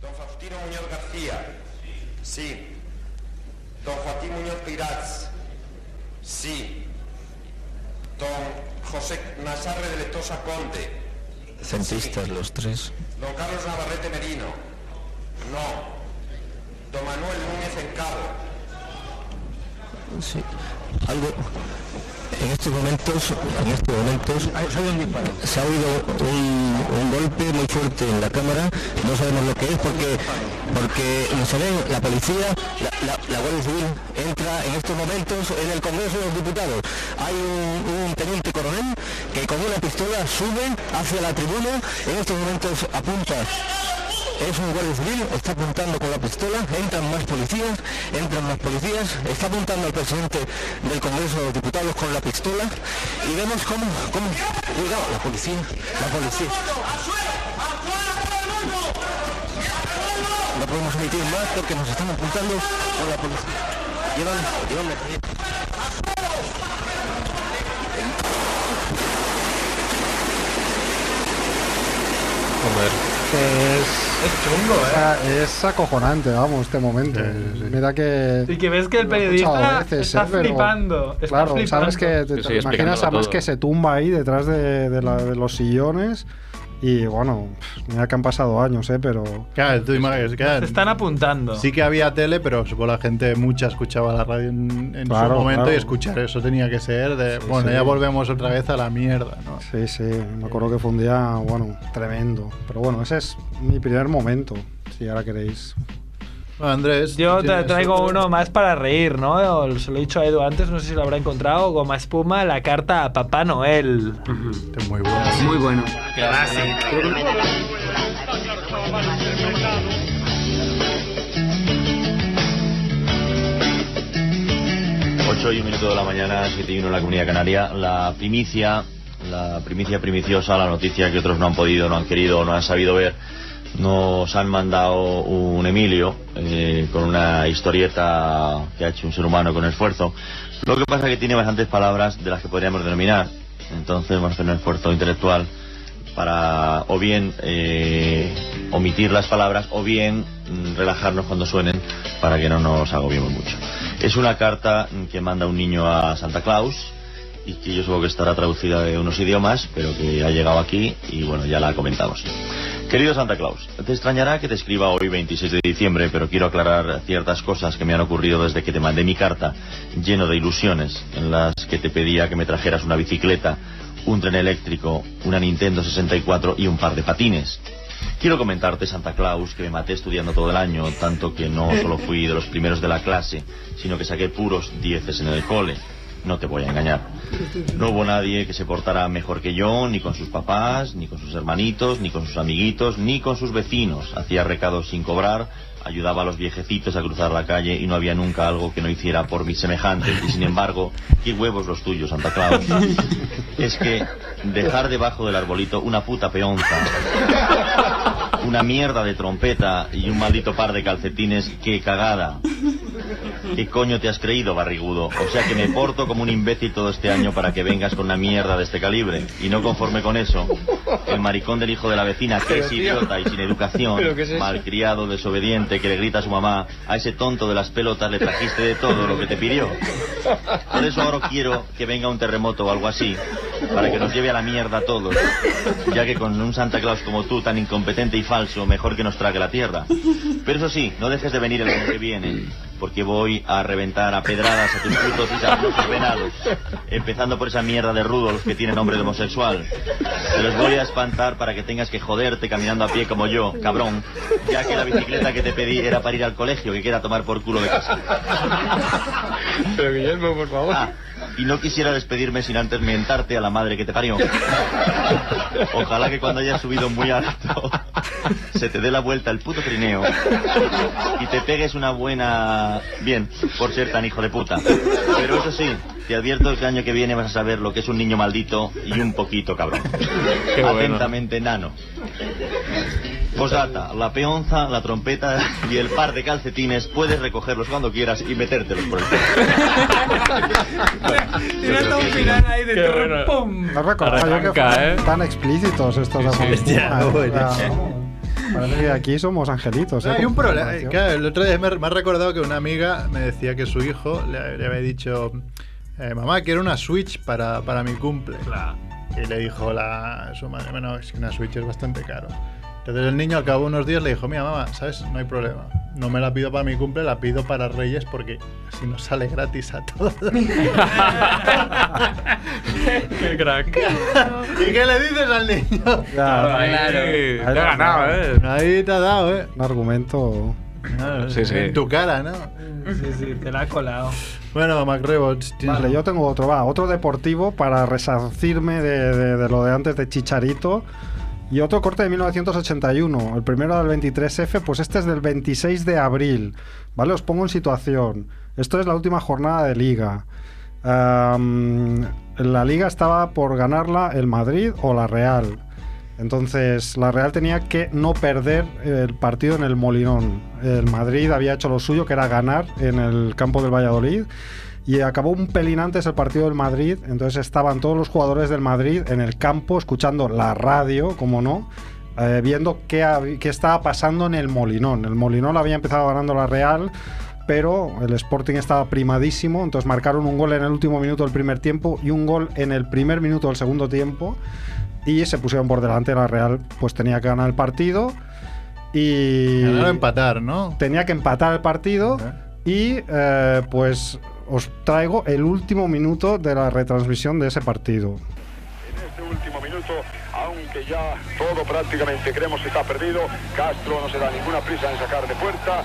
Faustino Muñoz García. Sí. Don Joaquín Muñoz Piraz. Sí. Don José Nazarre de Letosa Conde.
Centristas los tres.
Don Carlos Navarrete Merino. No. Don Manuel Núñez Encabo.
Sí. Algo. en estos momentos, en estos momentos se ha oído un, un golpe muy fuerte en la cámara, no sabemos lo que es porque porque se ven la policía, la, la- la Guardia Civil entra en estos momentos en el Congreso de los Diputados. Hay un, un teniente coronel que con una pistola sube hacia la tribuna, en estos momentos apunta es un guardia civil, está apuntando con la pistola, entran más policías, entran más policías, está apuntando al presidente del Congreso de los Diputados con la pistola y vemos cómo, cómo llega la policía, la policía. No podemos emitir más porque nos están apuntando con la policía. Llevan, llevan la-
Es,
chungo, ¿eh?
Es acojonante, vamos, este momento. Mira que.
Y que ves que el
lo he
periodista
escuchado veces,
está
¿eh? Pero-
flipando. Está
claro,
flipando.
sabes que
Sí, sí,
te, te imaginas
explicándolo
además
todo.
que se tumba ahí detrás de, de la- de los sillones. Y bueno, pff, mira que han pasado años, ¿eh? Pero.
Claro, tú imaginas, claro.
Se están apuntando.
Sí que había tele, pero supongo la gente mucha escuchaba la radio en, en
Claro,
su momento
claro.
y escuchar eso tenía que ser de, bueno,
sí.
ya volvemos otra vez a la mierda, ¿no?
Sí, sí, me acuerdo que fue un día, bueno, tremendo. Pero bueno, ese es mi primer momento, si ahora queréis.
Andrés.
Yo te
tienes
traigo
otro.
uno más para reír, ¿no? Se lo he dicho a Edu antes, no sé si lo habrá encontrado. Goma espuma, la carta a Papá Noel.
Muy bueno.
Muy bueno.
Ocho y un minuto de la mañana, siete y uno en la Comunidad Canaria. La primicia, la primicia primiciosa, la noticia que otros no han podido, no han querido, no han sabido ver. Nos han mandado un Emilio eh, con una historieta que ha hecho un ser humano con esfuerzo. Lo que pasa es que tiene bastantes palabras de las que podríamos denominar. Entonces vamos a hacer un esfuerzo intelectual para o bien eh, omitir las palabras o bien mm, relajarnos cuando suenen para que no nos agobiemos mucho. Es una carta mm, que manda un niño a Santa Claus y que yo supongo que estará traducida de unos idiomas, pero que ha llegado aquí y bueno, ya la comentamos. Querido Santa Claus, te extrañará que te escriba hoy 26 de diciembre, pero quiero aclarar ciertas cosas que me han ocurrido desde que te mandé mi carta, lleno de ilusiones, en las que te pedía que me trajeras una bicicleta, un tren eléctrico, una Nintendo 64 y un par de patines. Quiero comentarte, Santa Claus, que me maté estudiando todo el año, tanto que no solo fui de los primeros de la clase, sino que saqué puros dieces en el cole. No te voy a engañar. No hubo nadie que se portara mejor que yo, ni con sus papás, ni con sus hermanitos, ni con sus amiguitos, ni con sus vecinos. Hacía recados sin cobrar, ayudaba a los viejecitos a cruzar la calle y no había nunca algo que no hiciera por mis semejantes. Y sin embargo, qué huevos los tuyos, Santa Claus. Es que dejar debajo del arbolito una puta peonza una mierda de trompeta y un maldito par de calcetines, qué cagada. ¿Qué coño te has creído, barrigudo? O sea que me porto como un imbécil todo este año para que vengas con una mierda de este calibre. Y no conforme con eso, el maricón del hijo de la vecina, que
Pero,
es
tío.
idiota y sin educación,
¿Pero qué es eso?
malcriado, desobediente, que le grita a su mamá, a ese tonto de las pelotas le trajiste de todo lo que te pidió. Por eso ahora quiero que venga un terremoto o algo así, para que nos lleve a la mierda a todos, ya que con un Santa Claus como tú, tan incompetente y falso, mejor que nos trague la tierra. Pero eso sí, no dejes de venir el año que viene, porque voy a reventar a pedradas a tus putos y sabrosos venados, empezando por esa mierda de Rudolf que tiene nombre de homosexual. Te los voy a espantar para que tengas que joderte caminando a pie como yo, cabrón, ya que la bicicleta que te pedí era para ir al colegio, que queda tomar por culo de casa.
Pero Guillermo, por favor.
Ah, y no quisiera despedirme sin antes mentarte a la madre que te parió. Ojalá que cuando hayas subido muy alto se te dé la vuelta el puto trineo y te pegues una buena... Bien, por ser tan hijo de puta. Pero eso sí, te advierto que el año que viene vas a saber lo que es un niño maldito y un poquito cabrón.
bueno.
Atentamente, nano. Posata, la peonza, la trompeta y el par de calcetines puedes recogerlos cuando quieras y metértelos por el culo.
Tiene hasta un final ahí de tru- ¡pum!
No recordaba yo que
Arranca,
fueran
¿eh?
tan explícitos estos de Amor
sí, ya,
Puma,
bueno.
o sea, Parece que aquí somos angelitos. ¿eh?
Hay un
Con
problema.
información.
Claro, el otro día me, me ha recordado que una amiga me decía que su hijo le, le había dicho, eh, mamá, quiero una Switch para, para mi cumple. Y le dijo la, su madre, bueno, es que una Switch es bastante caro. Entonces el niño al cabo de unos días le dijo, mira mamá, ¿sabes? No hay problema. No me la pido para mi cumple, la pido para Reyes porque así nos sale gratis a todos.
el crack.
¿Y qué le dices al niño?
Claro, ahí- Claro.
ahí
te ha ganado, ¿eh? Ahí te ha dado, ¿eh?
Un argumento.
Sí, sí.
Ah, En tu cara, ¿no?
Sí, sí, te la ha colado.
Bueno, MacRebots.
Vale, yo tengo otro, va, otro deportivo para resarcirme de, de- de lo de antes de Chicharito. Y otro corte de 1981, el primero del 23F, pues este es del 26 de abril. ¿Vale? Os pongo en situación. Esto es la última jornada de liga. Am, la liga estaba por ganarla el Madrid o la Real. Entonces, la Real tenía que no perder el partido en el Molinón. El Madrid había hecho lo suyo, que era ganar en el campo del Valladolid. Y acabó un pelín antes el partido del Madrid. Entonces estaban todos los jugadores del Madrid en el campo, escuchando la radio, como no, eh, viendo qué, hab- qué estaba pasando en el Molinón. El Molinón había empezado ganando la Real pero el Sporting estaba primadísimo, entonces marcaron un gol en el último minuto del primer tiempo y un gol en el primer minuto del segundo tiempo y se pusieron por delante la Real, pues tenía que ganar el partido y
Ganar o empatar, ¿no?
Tenía que empatar el partido y eh, pues os traigo el último minuto de la retransmisión de ese partido.
último minuto, aunque ya todo prácticamente creemos que está perdido, Castro no se da ninguna prisa en sacar de puerta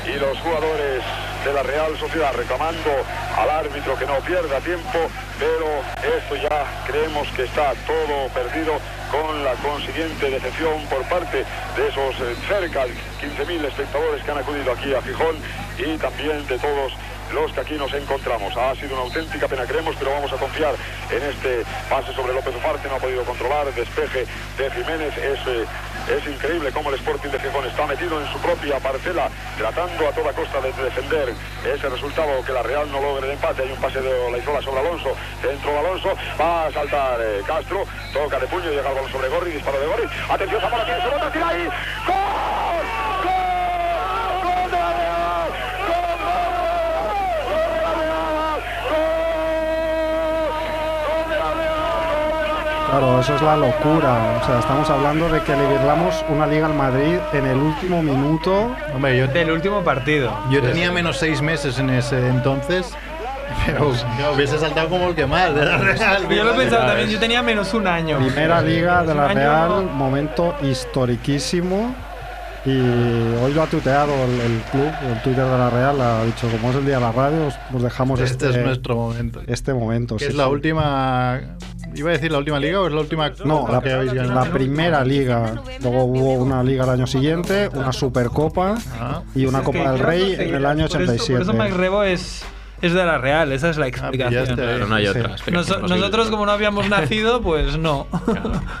y los jugadores de la Real Sociedad reclamando al árbitro que no pierda tiempo, pero esto ya creemos que está todo perdido con la consiguiente decepción por parte de esos eh, cerca de 15.000 espectadores que han acudido aquí a Gijón y también de todos los que aquí nos encontramos. Ha sido una auténtica pena, creemos, pero vamos a confiar en este pase sobre López Ufarte, no ha podido controlar, despeje de Jiménez, es, eh, es increíble cómo el Sporting de Gijón está metido en su propia parcela, tratando a toda costa de defender ese resultado que la Real no logre de empate, hay un pase de Olaizola sobre Alonso, dentro de Alonso, va a saltar eh, Castro, toca de puño, llega el balón sobre Gorri, disparo de Gorri, atención Zamora tiene su bota, tira ahí, ¡gol! ¡Gol de la Real!
Claro, eso es la locura. O sea, estamos hablando de que le virlamos una liga al Madrid en el último minuto.
Hombre, yo
Del último partido.
Yo tenía menos seis meses en ese entonces, pero me hubiese saltado como el que más, de la Real.
Yo lo he pensado también, yo tenía menos un año.
Primera liga de la
Un año-
Real, momento historiquísimo. Y hoy lo ha tuiteado el, el club, el Twitter de la Real, ha dicho, como es el día de la radio, os, os dejamos este,
Este es nuestro momento.
Este momento,
Que
sí,
es la
sí.
última. Iba a decir la última liga o es la última.
No, la,
que habéis ganado.
la primera liga.
Este
Luego hubo una liga el año siguiente, una Supercopa
Ah.
y una
Es que
Copa del
yo
Rey
no sé,
en el año
por eso-
87.
Por eso, Mike Rebo es, es de la Real, esa es
Ah, pues
la explicación.
pillaste ahí. Claro, no hay otra explicación
Nos-
posible.
nosotros, como no habíamos nacido, pues no.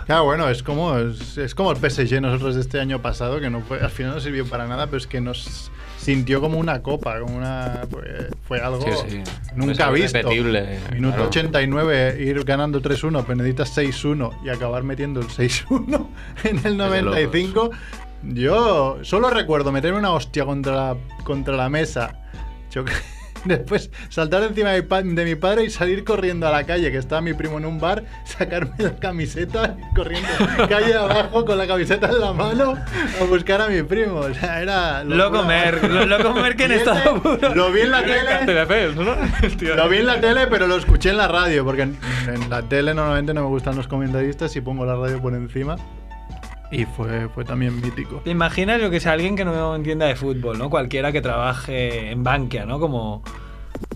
Claro, bueno, es como, es, es como el PSG nosotros de este año pasado, que no fue, al final no sirvió para nada, pero es que nos sintió como una copa, como una. Fue, fue algo
Sí, sí.
nunca
Es
visto.
irrepetible,
Minuto
claro.
89, ir ganando 3-1, pero necesitas 6-1 y acabar metiendo el 6-1 en el 95. Yo solo recuerdo meterme una hostia contra la, contra la mesa. chocar- Después saltar encima de mi, pa- de mi padre y salir corriendo a la calle, que estaba mi primo en un bar, sacarme la camiseta, y corriendo calle abajo con la camiseta en la mano a buscar a mi primo. O sea, era.
Loco Merck, lo- loco Merck en
Y ese
estado puro.
Lo vi en la tele. Lo vi en la tele, pero lo escuché en la radio, porque en, en la tele normalmente no me gustan los comentaristas y pongo la radio por encima. Y fue, fue también mítico.
¿Te imaginas lo que sea alguien que no entienda de fútbol, ¿no? Cualquiera que trabaje en Bankia, ¿no? Como,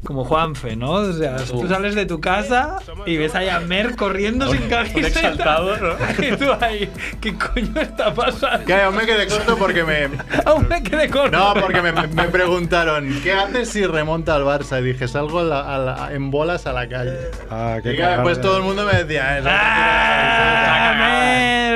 como Juanfe, ¿no? O sea, tú sales de tu casa y ves ahí a Mer corriendo sin camiseta.
exaltado, ¿no?
Y tú ahí, ¿qué coño está pasando?
Que aún me quedé corto porque me.
Aún me quedé corto.
No, porque me, me preguntaron, ¿qué haces si remonta al Barça? Y dije, salgo a la- a la- en bolas a la calle.
Ah,
y claro, pues todo el mundo me
Ah,
decía, "Eso".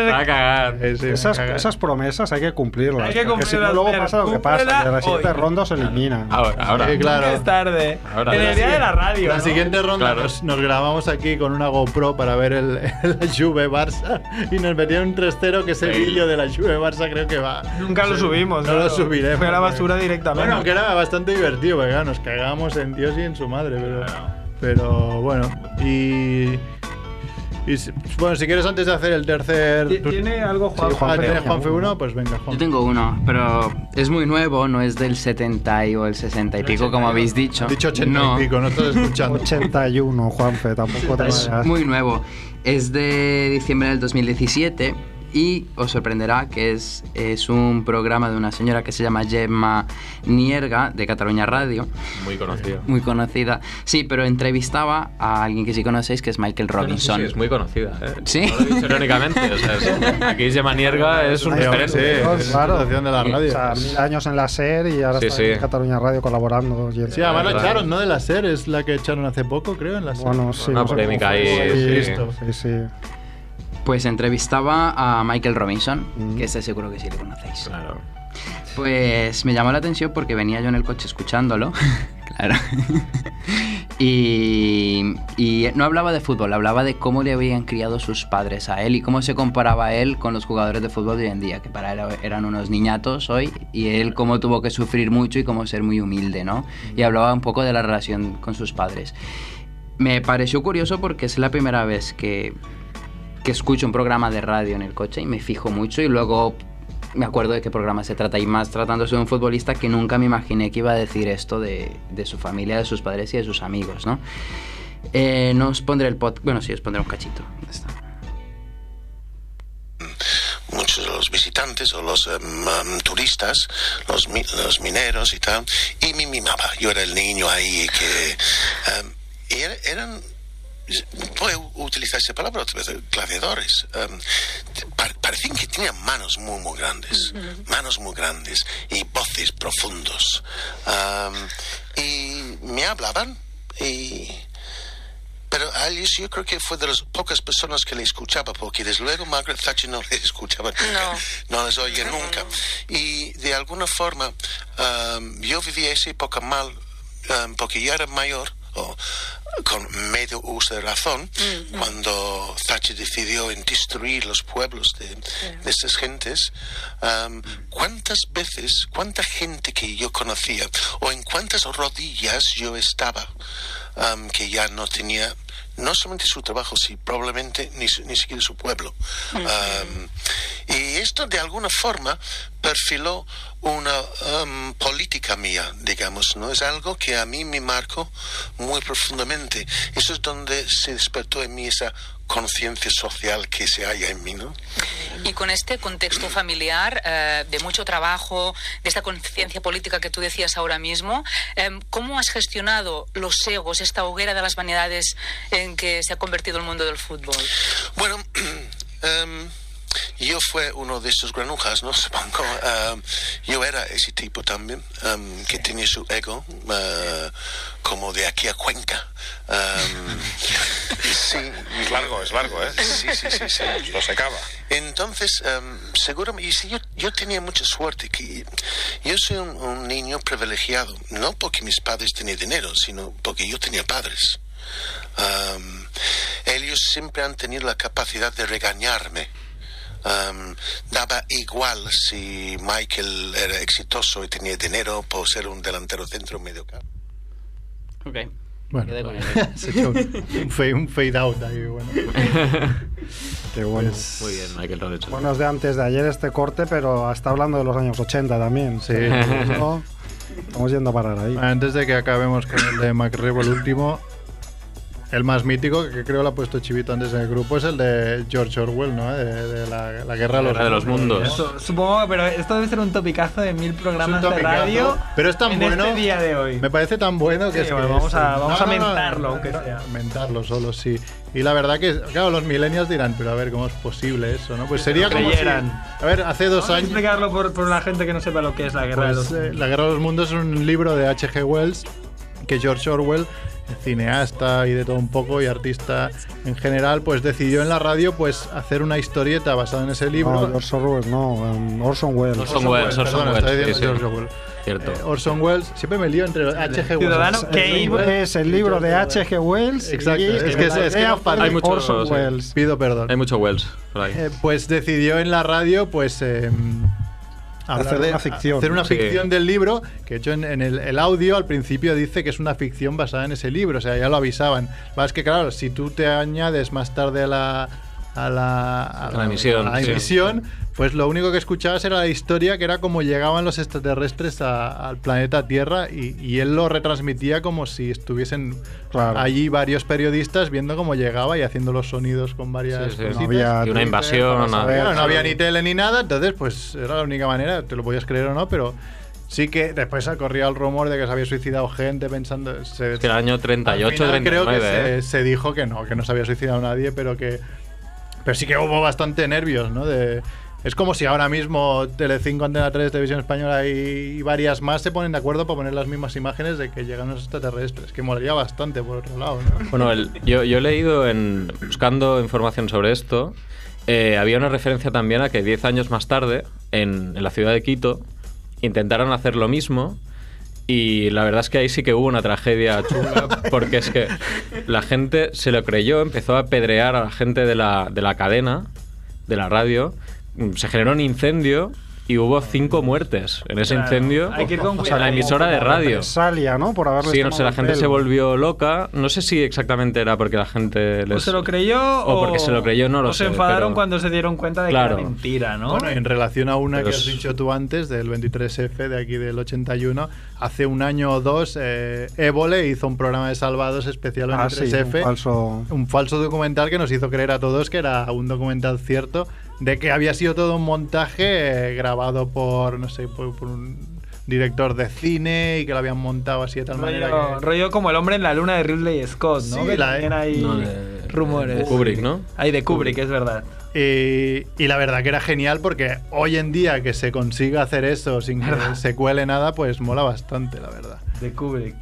Va
a
cagar.
Esas, esas promesas hay que cumplirlas.
Hay que
porque si no,
cumplirlas,
luego
Fer,
pasa lo que pasa.
cúmplela
que la siguiente
hoy.
ronda se elimina.
Ahora, ahora.
Sí, claro.
Es tarde.
Ahora.
en el día de la radio.
La
¿no?
siguiente ronda nos, nos grabamos aquí con una GoPro para ver el, la Juve Barça y nos metieron un 3-0 que ese
Sí.
vídeo de la Juve Barça creo que va.
Nunca lo
Sí,
subimos.
No lo
claro.
subiré.
Fue a la
porque-
basura directamente.
Bueno, que era bastante divertido, porque claro, nos cagábamos en Dios y en su madre, pero. Pero bueno. Y. Y si- bueno, si quieres antes de hacer el tercer...
¿Tiene algo Juan
Ah, ¿tienes Juanfe uno? Pues venga, Juan.
Yo tengo uno, pero es muy nuevo, no es del 70 y o el 60 y pico, como habéis dicho.
Dicho 80 y pico, no estás escuchando.
81, Juanfe, tampoco te
Es
vayas.
muy nuevo. Es de diciembre del 2017 y os sorprenderá que es, es un programa de una señora que se llama Gemma Nierga de Cataluña Radio,
Muy conocido.
muy conocida. Sí, pero entrevistaba a alguien que sí conocéis, que es Michael Robinson.
Sí, es muy conocida. ¿eh?
Sí.
No lo he dicho irónicamente. o sea, es- aquí Gemma Nierga es un
Ay, hombre,
referente.
Dios, claro. O sea,
Sí,
mil años en la SER y ahora
Sí,
está
sí.
en Cataluña Radio colaborando. y-
Sí, además la echaron, ¿no? De la SER, es la que echaron hace poco, creo, en la SER.
Bueno, sí.
Una
no sé cómo
polémica
fue.
ahí,
Sí,
sí.
listo, sí, sí.
Pues entrevistaba a Michael Robinson, que este seguro que sí le conocéis.
Claro.
Pues me llamó la atención porque venía yo en el coche escuchándolo, claro. y, y no hablaba de fútbol, hablaba de cómo le habían criado sus padres a él y cómo se comparaba él con los jugadores de fútbol de hoy en día, que para él eran unos niñatos hoy, y él cómo tuvo que sufrir mucho y cómo ser muy humilde, ¿no? Y hablaba un poco de la relación con sus padres. Me pareció curioso porque es la primera vez que, que escucho un programa de radio en el coche y me fijo mucho y luego me acuerdo de qué programa se trata y más tratándose de un futbolista que nunca me imaginé que iba a decir esto de, de su familia, de sus padres y de sus amigos, ¿no? Eh, no os pondré el pod... Bueno, sí, os pondré un cachito. Ya está.
muchos de los visitantes o los em, em, turistas, los, mi- los mineros y tal, y me mimaba. Yo era el niño ahí que... em, y er- eran... Voy a u- utilizar esa palabra otra vez, gladiadores. em, te- pa- parecían que tenían manos muy, muy grandes, manos muy grandes y voces profundos. Em, y me hablaban y... Pero a ellos yo creo que fue de las pocas personas que le escuchaba, porque desde luego Margaret Thatcher no le escuchaba nunca, no, les oía nunca. Y de alguna forma um, yo vivía esa época mal, um, porque yo era mayor, o con medio uso de razón, cuando Thatcher decidió en destruir los pueblos de, de esas gentes, um, ¿cuántas veces, cuánta gente que yo conocía, o en cuántas rodillas yo estaba? am, que ya no tenía no solamente su trabajo, sino probablemente ni, su- ni siquiera su pueblo.
Mm.
Am, y esto de alguna forma perfiló una am, política mía, digamos, ¿no? Es algo que a mí me marcó muy profundamente. Eso es donde se despertó en mí esa conciencia social que se halla en mí, ¿no?
Y con este contexto familiar eh, de mucho trabajo, de esta conciencia política que tú decías ahora mismo, em, ¿cómo has gestionado los egos, esta hoguera de las vanidades en que se ha convertido el mundo del fútbol?
Bueno, em, yo fue uno de esos granujas, ¿no? Supongo. Em, yo era ese tipo también, em, que tenía su ego eh, como de aquí a Cuenca. Em, sí,
Es largo, es largo, ¿eh?
Sí, sí, sí, sí.
Lo secaba.
Entonces, em, seguramente, y si yo, yo tenía mucha suerte, que yo soy un, un niño privilegiado, no porque mis padres tenían dinero, sino porque yo tenía padres. Am, ellos siempre han tenido la capacidad de regañarme. Am, Em, daba igual si Michael era exitoso y tenía dinero por ser un delantero centro medio campo.
Ok.
Bueno,
Quedé con él.
se echó un, un fade, un fade out ahí, bueno.
Qué bueno.
Pues,
Muy bien, Michael Robinson.
Bueno, es de antes de ayer este corte, pero está hablando de los años 80 también. Sí. Estamos yendo a parar ahí.
Antes de que acabemos con el de MacRebo, el último, el más mítico, que creo lo ha puesto Chivito antes en el grupo, es el de George Orwell, ¿no? De, de la, la guerra de los,
Guerra de los Mundos.
Eso,
Supongo, pero esto debe ser un topicazo de mil programas de
topicazo,
radio.
pero es tan
en
bueno.
este día de hoy.
Me parece tan bueno que
Sí,
es que
bueno, vamos
es-
a- vamos a
no,
mentarlo, aunque
no,
sea.
Mentarlo solo, sí. Y la verdad que, claro, los millennials dirán, pero a ver, ¿cómo es posible eso, no? Pues
Que se
sería
lo
como si,
creyeran.
A ver, hace dos
Vamos a
años...
explicarlo por, por la gente que no sepa lo que es la guerra
Pues,
de los.
eh, La Guerra de los Mundos es un libro de H.G. Wells que George Orwell, cineasta y de todo un poco y artista en general, pues decidió en la radio pues hacer una historieta basada en ese libro.
No, George Orwell, Ah, no, em, Orson Welles.
Orson Welles, Orson
perdona,
Welles,
estaba
sí,
diciendo
sí.
George Orwell.
Cierto.
Eh, Orson Welles, siempre me lío entre H.G. Wells.
Ciudadano
El
Kane.
libro-
Es el libro de H.G. Wells.
Exacto,
y
es que, es, es que
la
no
idea
falta.
fue de Orson
sí.
Welles.
Pido perdón.
Hay mucho Wells por ahí.
Eh, pues decidió en la radio pues eh, Hablar
Hacer
de-
una ficción.
hacer una
Sí.
ficción del libro, que de hecho en, en el, el audio al principio dice que es una ficción basada en ese libro, o sea, ya lo avisaban. Lo que pasa es que, claro, si tú te añades más tarde a la, a la, a
la misión,
a la
sí.
misión, pues lo único que escuchabas era la historia que era como llegaban los extraterrestres a- al planeta Tierra y, y él lo retransmitía como si estuviesen
Claro.
allí varios periodistas viendo cómo llegaba y haciendo los sonidos con varias
Sí, sí.
cositas.
No había Y una invasión,
Vamos a
nada.
ver,
Claro.
no había ni tele ni nada, entonces pues era la única manera, te lo podías creer o no, pero sí que después corría el rumor de que se había suicidado gente pensando... se-
Es que el año 38,
al final
39,
creo que
¿eh?
se, se dijo que no, que no se había suicidado nadie, pero que. Pero sí que hubo bastante nervios, ¿no? De, es como si ahora mismo Telecinco, Antena 3, Televisión Española y, y varias más se ponen de acuerdo para poner las mismas imágenes de que llegan los extraterrestres, que molaría bastante por otro lado, ¿no?
Bueno, el- yo, yo he leído, en, buscando información sobre esto, eh, había una referencia también a que 10 años más tarde, en, en la ciudad de Quito, intentaron hacer lo mismo y la verdad es que ahí sí que hubo una tragedia chunga porque es que la gente se lo creyó, empezó a apedrear a la gente de la, de la cadena, de la radio, mm, se generó un incendio y hubo cinco muertes en ese
Claro,
incendio
hay que ir con
o sea, en
cuidado.
la emisora de
Como
radio.
represalia, ¿no? Por haberles
Sí, no
tomado
sé, la
el
gente se
pelo.
volvió loca. No sé si exactamente era porque la gente les...
O se lo creyó
O porque se lo creyó, no lo
o se
sé,
enfadaron
pero-
cuando se dieron cuenta de
Claro.
que era mentira, ¿no?
Bueno, en relación a una
Pero
que has
es-
dicho tú antes, del 23F de aquí del 81, hace un año o dos, eh, Évole hizo un programa de salvados especial
Ah, sí,
23F.
un falso.
un falso documental que nos hizo creer a todos que era un documental cierto, de que había sido todo un montaje eh, grabado por, no sé, por, por un director de cine y que lo habían montado así de tal manera
rollo,
que...
rollo como el hombre en la luna de Ridley Scott, ¿no?
Sí,
que
la-
también hay
No, de-
rumores.
de Kubrick, ¿no?
Hay de Kubrick, es verdad.
Y, y la verdad que era genial porque hoy en día que se consiga hacer eso sin que se cuele nada, pues mola bastante, la verdad.
De Kubrick.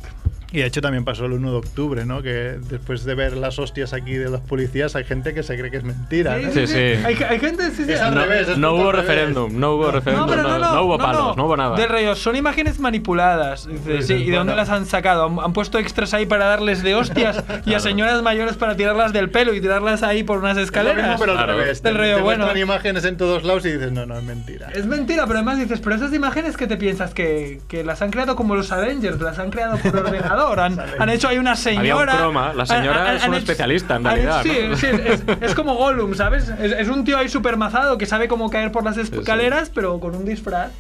Y de hecho también pasó el 1 de octubre, ¿no? Que después de ver las hostias aquí de los policías hay gente que se cree que es mentira. ¿no?
Sí, sí.
Hay, hay gente... sí, sí.
Es al
No,
revés, es
no
justo
hubo
al revés.
referéndum, no hubo referéndum, no,
pero
no hubo palos, no, hubo
Del
nada.
rollo, son imágenes manipuladas.
Sí,
Dice, sí, ¿y de dónde
bueno.
las han sacado? ¿Han, han puesto extras ahí para darles de hostias y a señoras mayores para tirarlas del pelo y tirarlas ahí por unas escaleras?
Es lo mismo, pero al revés.
Del
Te-
rollo,
te
bueno.
muestran imágenes en todos lados y dices, no, no, es mentira.
Es mentira, pero además dices, pero esas imágenes que te piensas que, que las han creado como los Avengers, las han creado por ordenador, han, han hecho ahí una
Había
señora.
un croma, la señora
han- han-
es
han
una
hecho-
especialista en
han
realidad,
hecho- sí,
¿no?
sí, es, es como Gollum, ¿sabes? Es, es un tío ahí supermazado que sabe cómo caer por las escaleras, pero con un disfraz.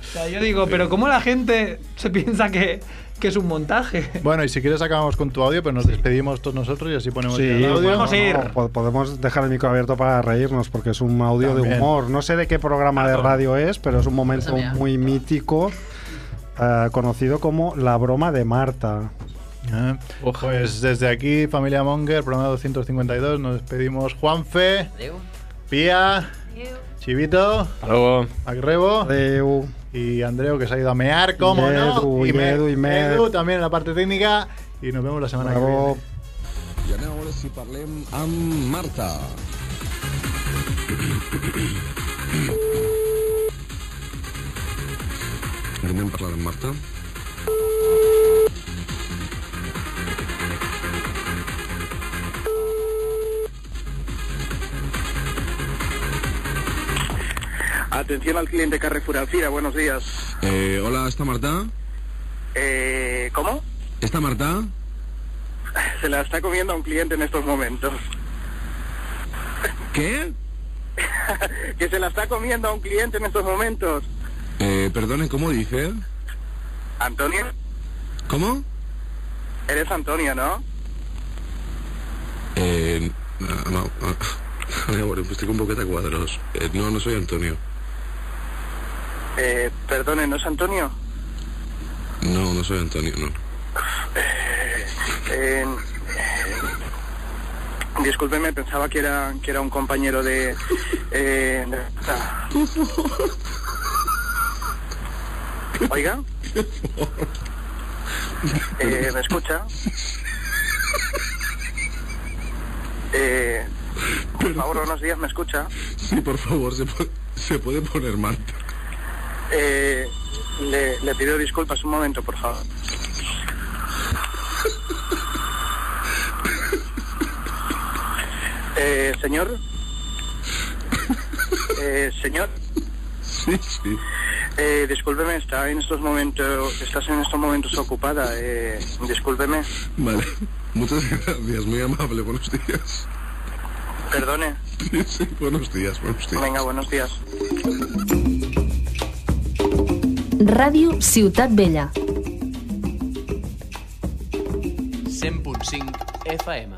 O sea, yo digo, pero ¿cómo la gente se piensa que, que es un montaje?
Bueno, y si quieres acabamos con tu audio, pues nos despedimos todos nosotros y así ponemos ya
Sí,
el audio.
bueno, no, po- podemos dejar el micro abierto para reírnos porque es un audio
También.
de humor. No sé de qué programa de radio es, pero es un momento muy mítico eh, conocido como la broma de Marta.
Ah, Pues desde aquí, familia Monger, programa 252, nos despedimos Juanfe, Pía, Chivito, Agrebo y Andreu que se ha ido a mear, como
Y
no,
Edu, y
me-
Edu, y Med.
Edu también en la parte técnica y nos vemos la semana que
Bravo.
viene.
I ara ara sí parlem amb Marta. Anem parlant amb Marta?
Atención al cliente Carrefour Alcira, buenos días.
Eh, hola, ¿está Marta?
Eh, ¿Cómo?
¿Está Marta?
Se la está comiendo a un cliente en estos momentos.
¿Qué?
que se la está comiendo a un cliente en estos momentos.
Eh, perdone, ¿cómo dije?
Antonio,
¿Cómo?
eres Antonio, ¿no?
Eh, no, no, Ay, amor, pues estoy con boqueta a cuadros. Eh, no, no soy Antonio.
Eh, perdone, ¿no es Antonio?
No, no soy Antonio, no.
Eh, discúlpeme, pensaba que era, que era un compañero de... eh, de- Oiga. Eh, ¿Me escucha? Eh, por favor, buenos días, ¿me escucha?
Sí, por favor, se, po- se puede poner Marta.
Eh, le, le pido disculpas un momento, por favor. Eh, señor. Eh, señor.
Sí, sí.
Eh, discúlpeme, está en estos momentos, estás en estos momentos ocupada. Eh, discúlpeme,
Vale. Muchas gracias, muy amable. Buenos días.
perdone.
Sí, buenos días, buenos días.
Venga, buenos días.
Ràdio Ciutat Vella.
100.5 FM.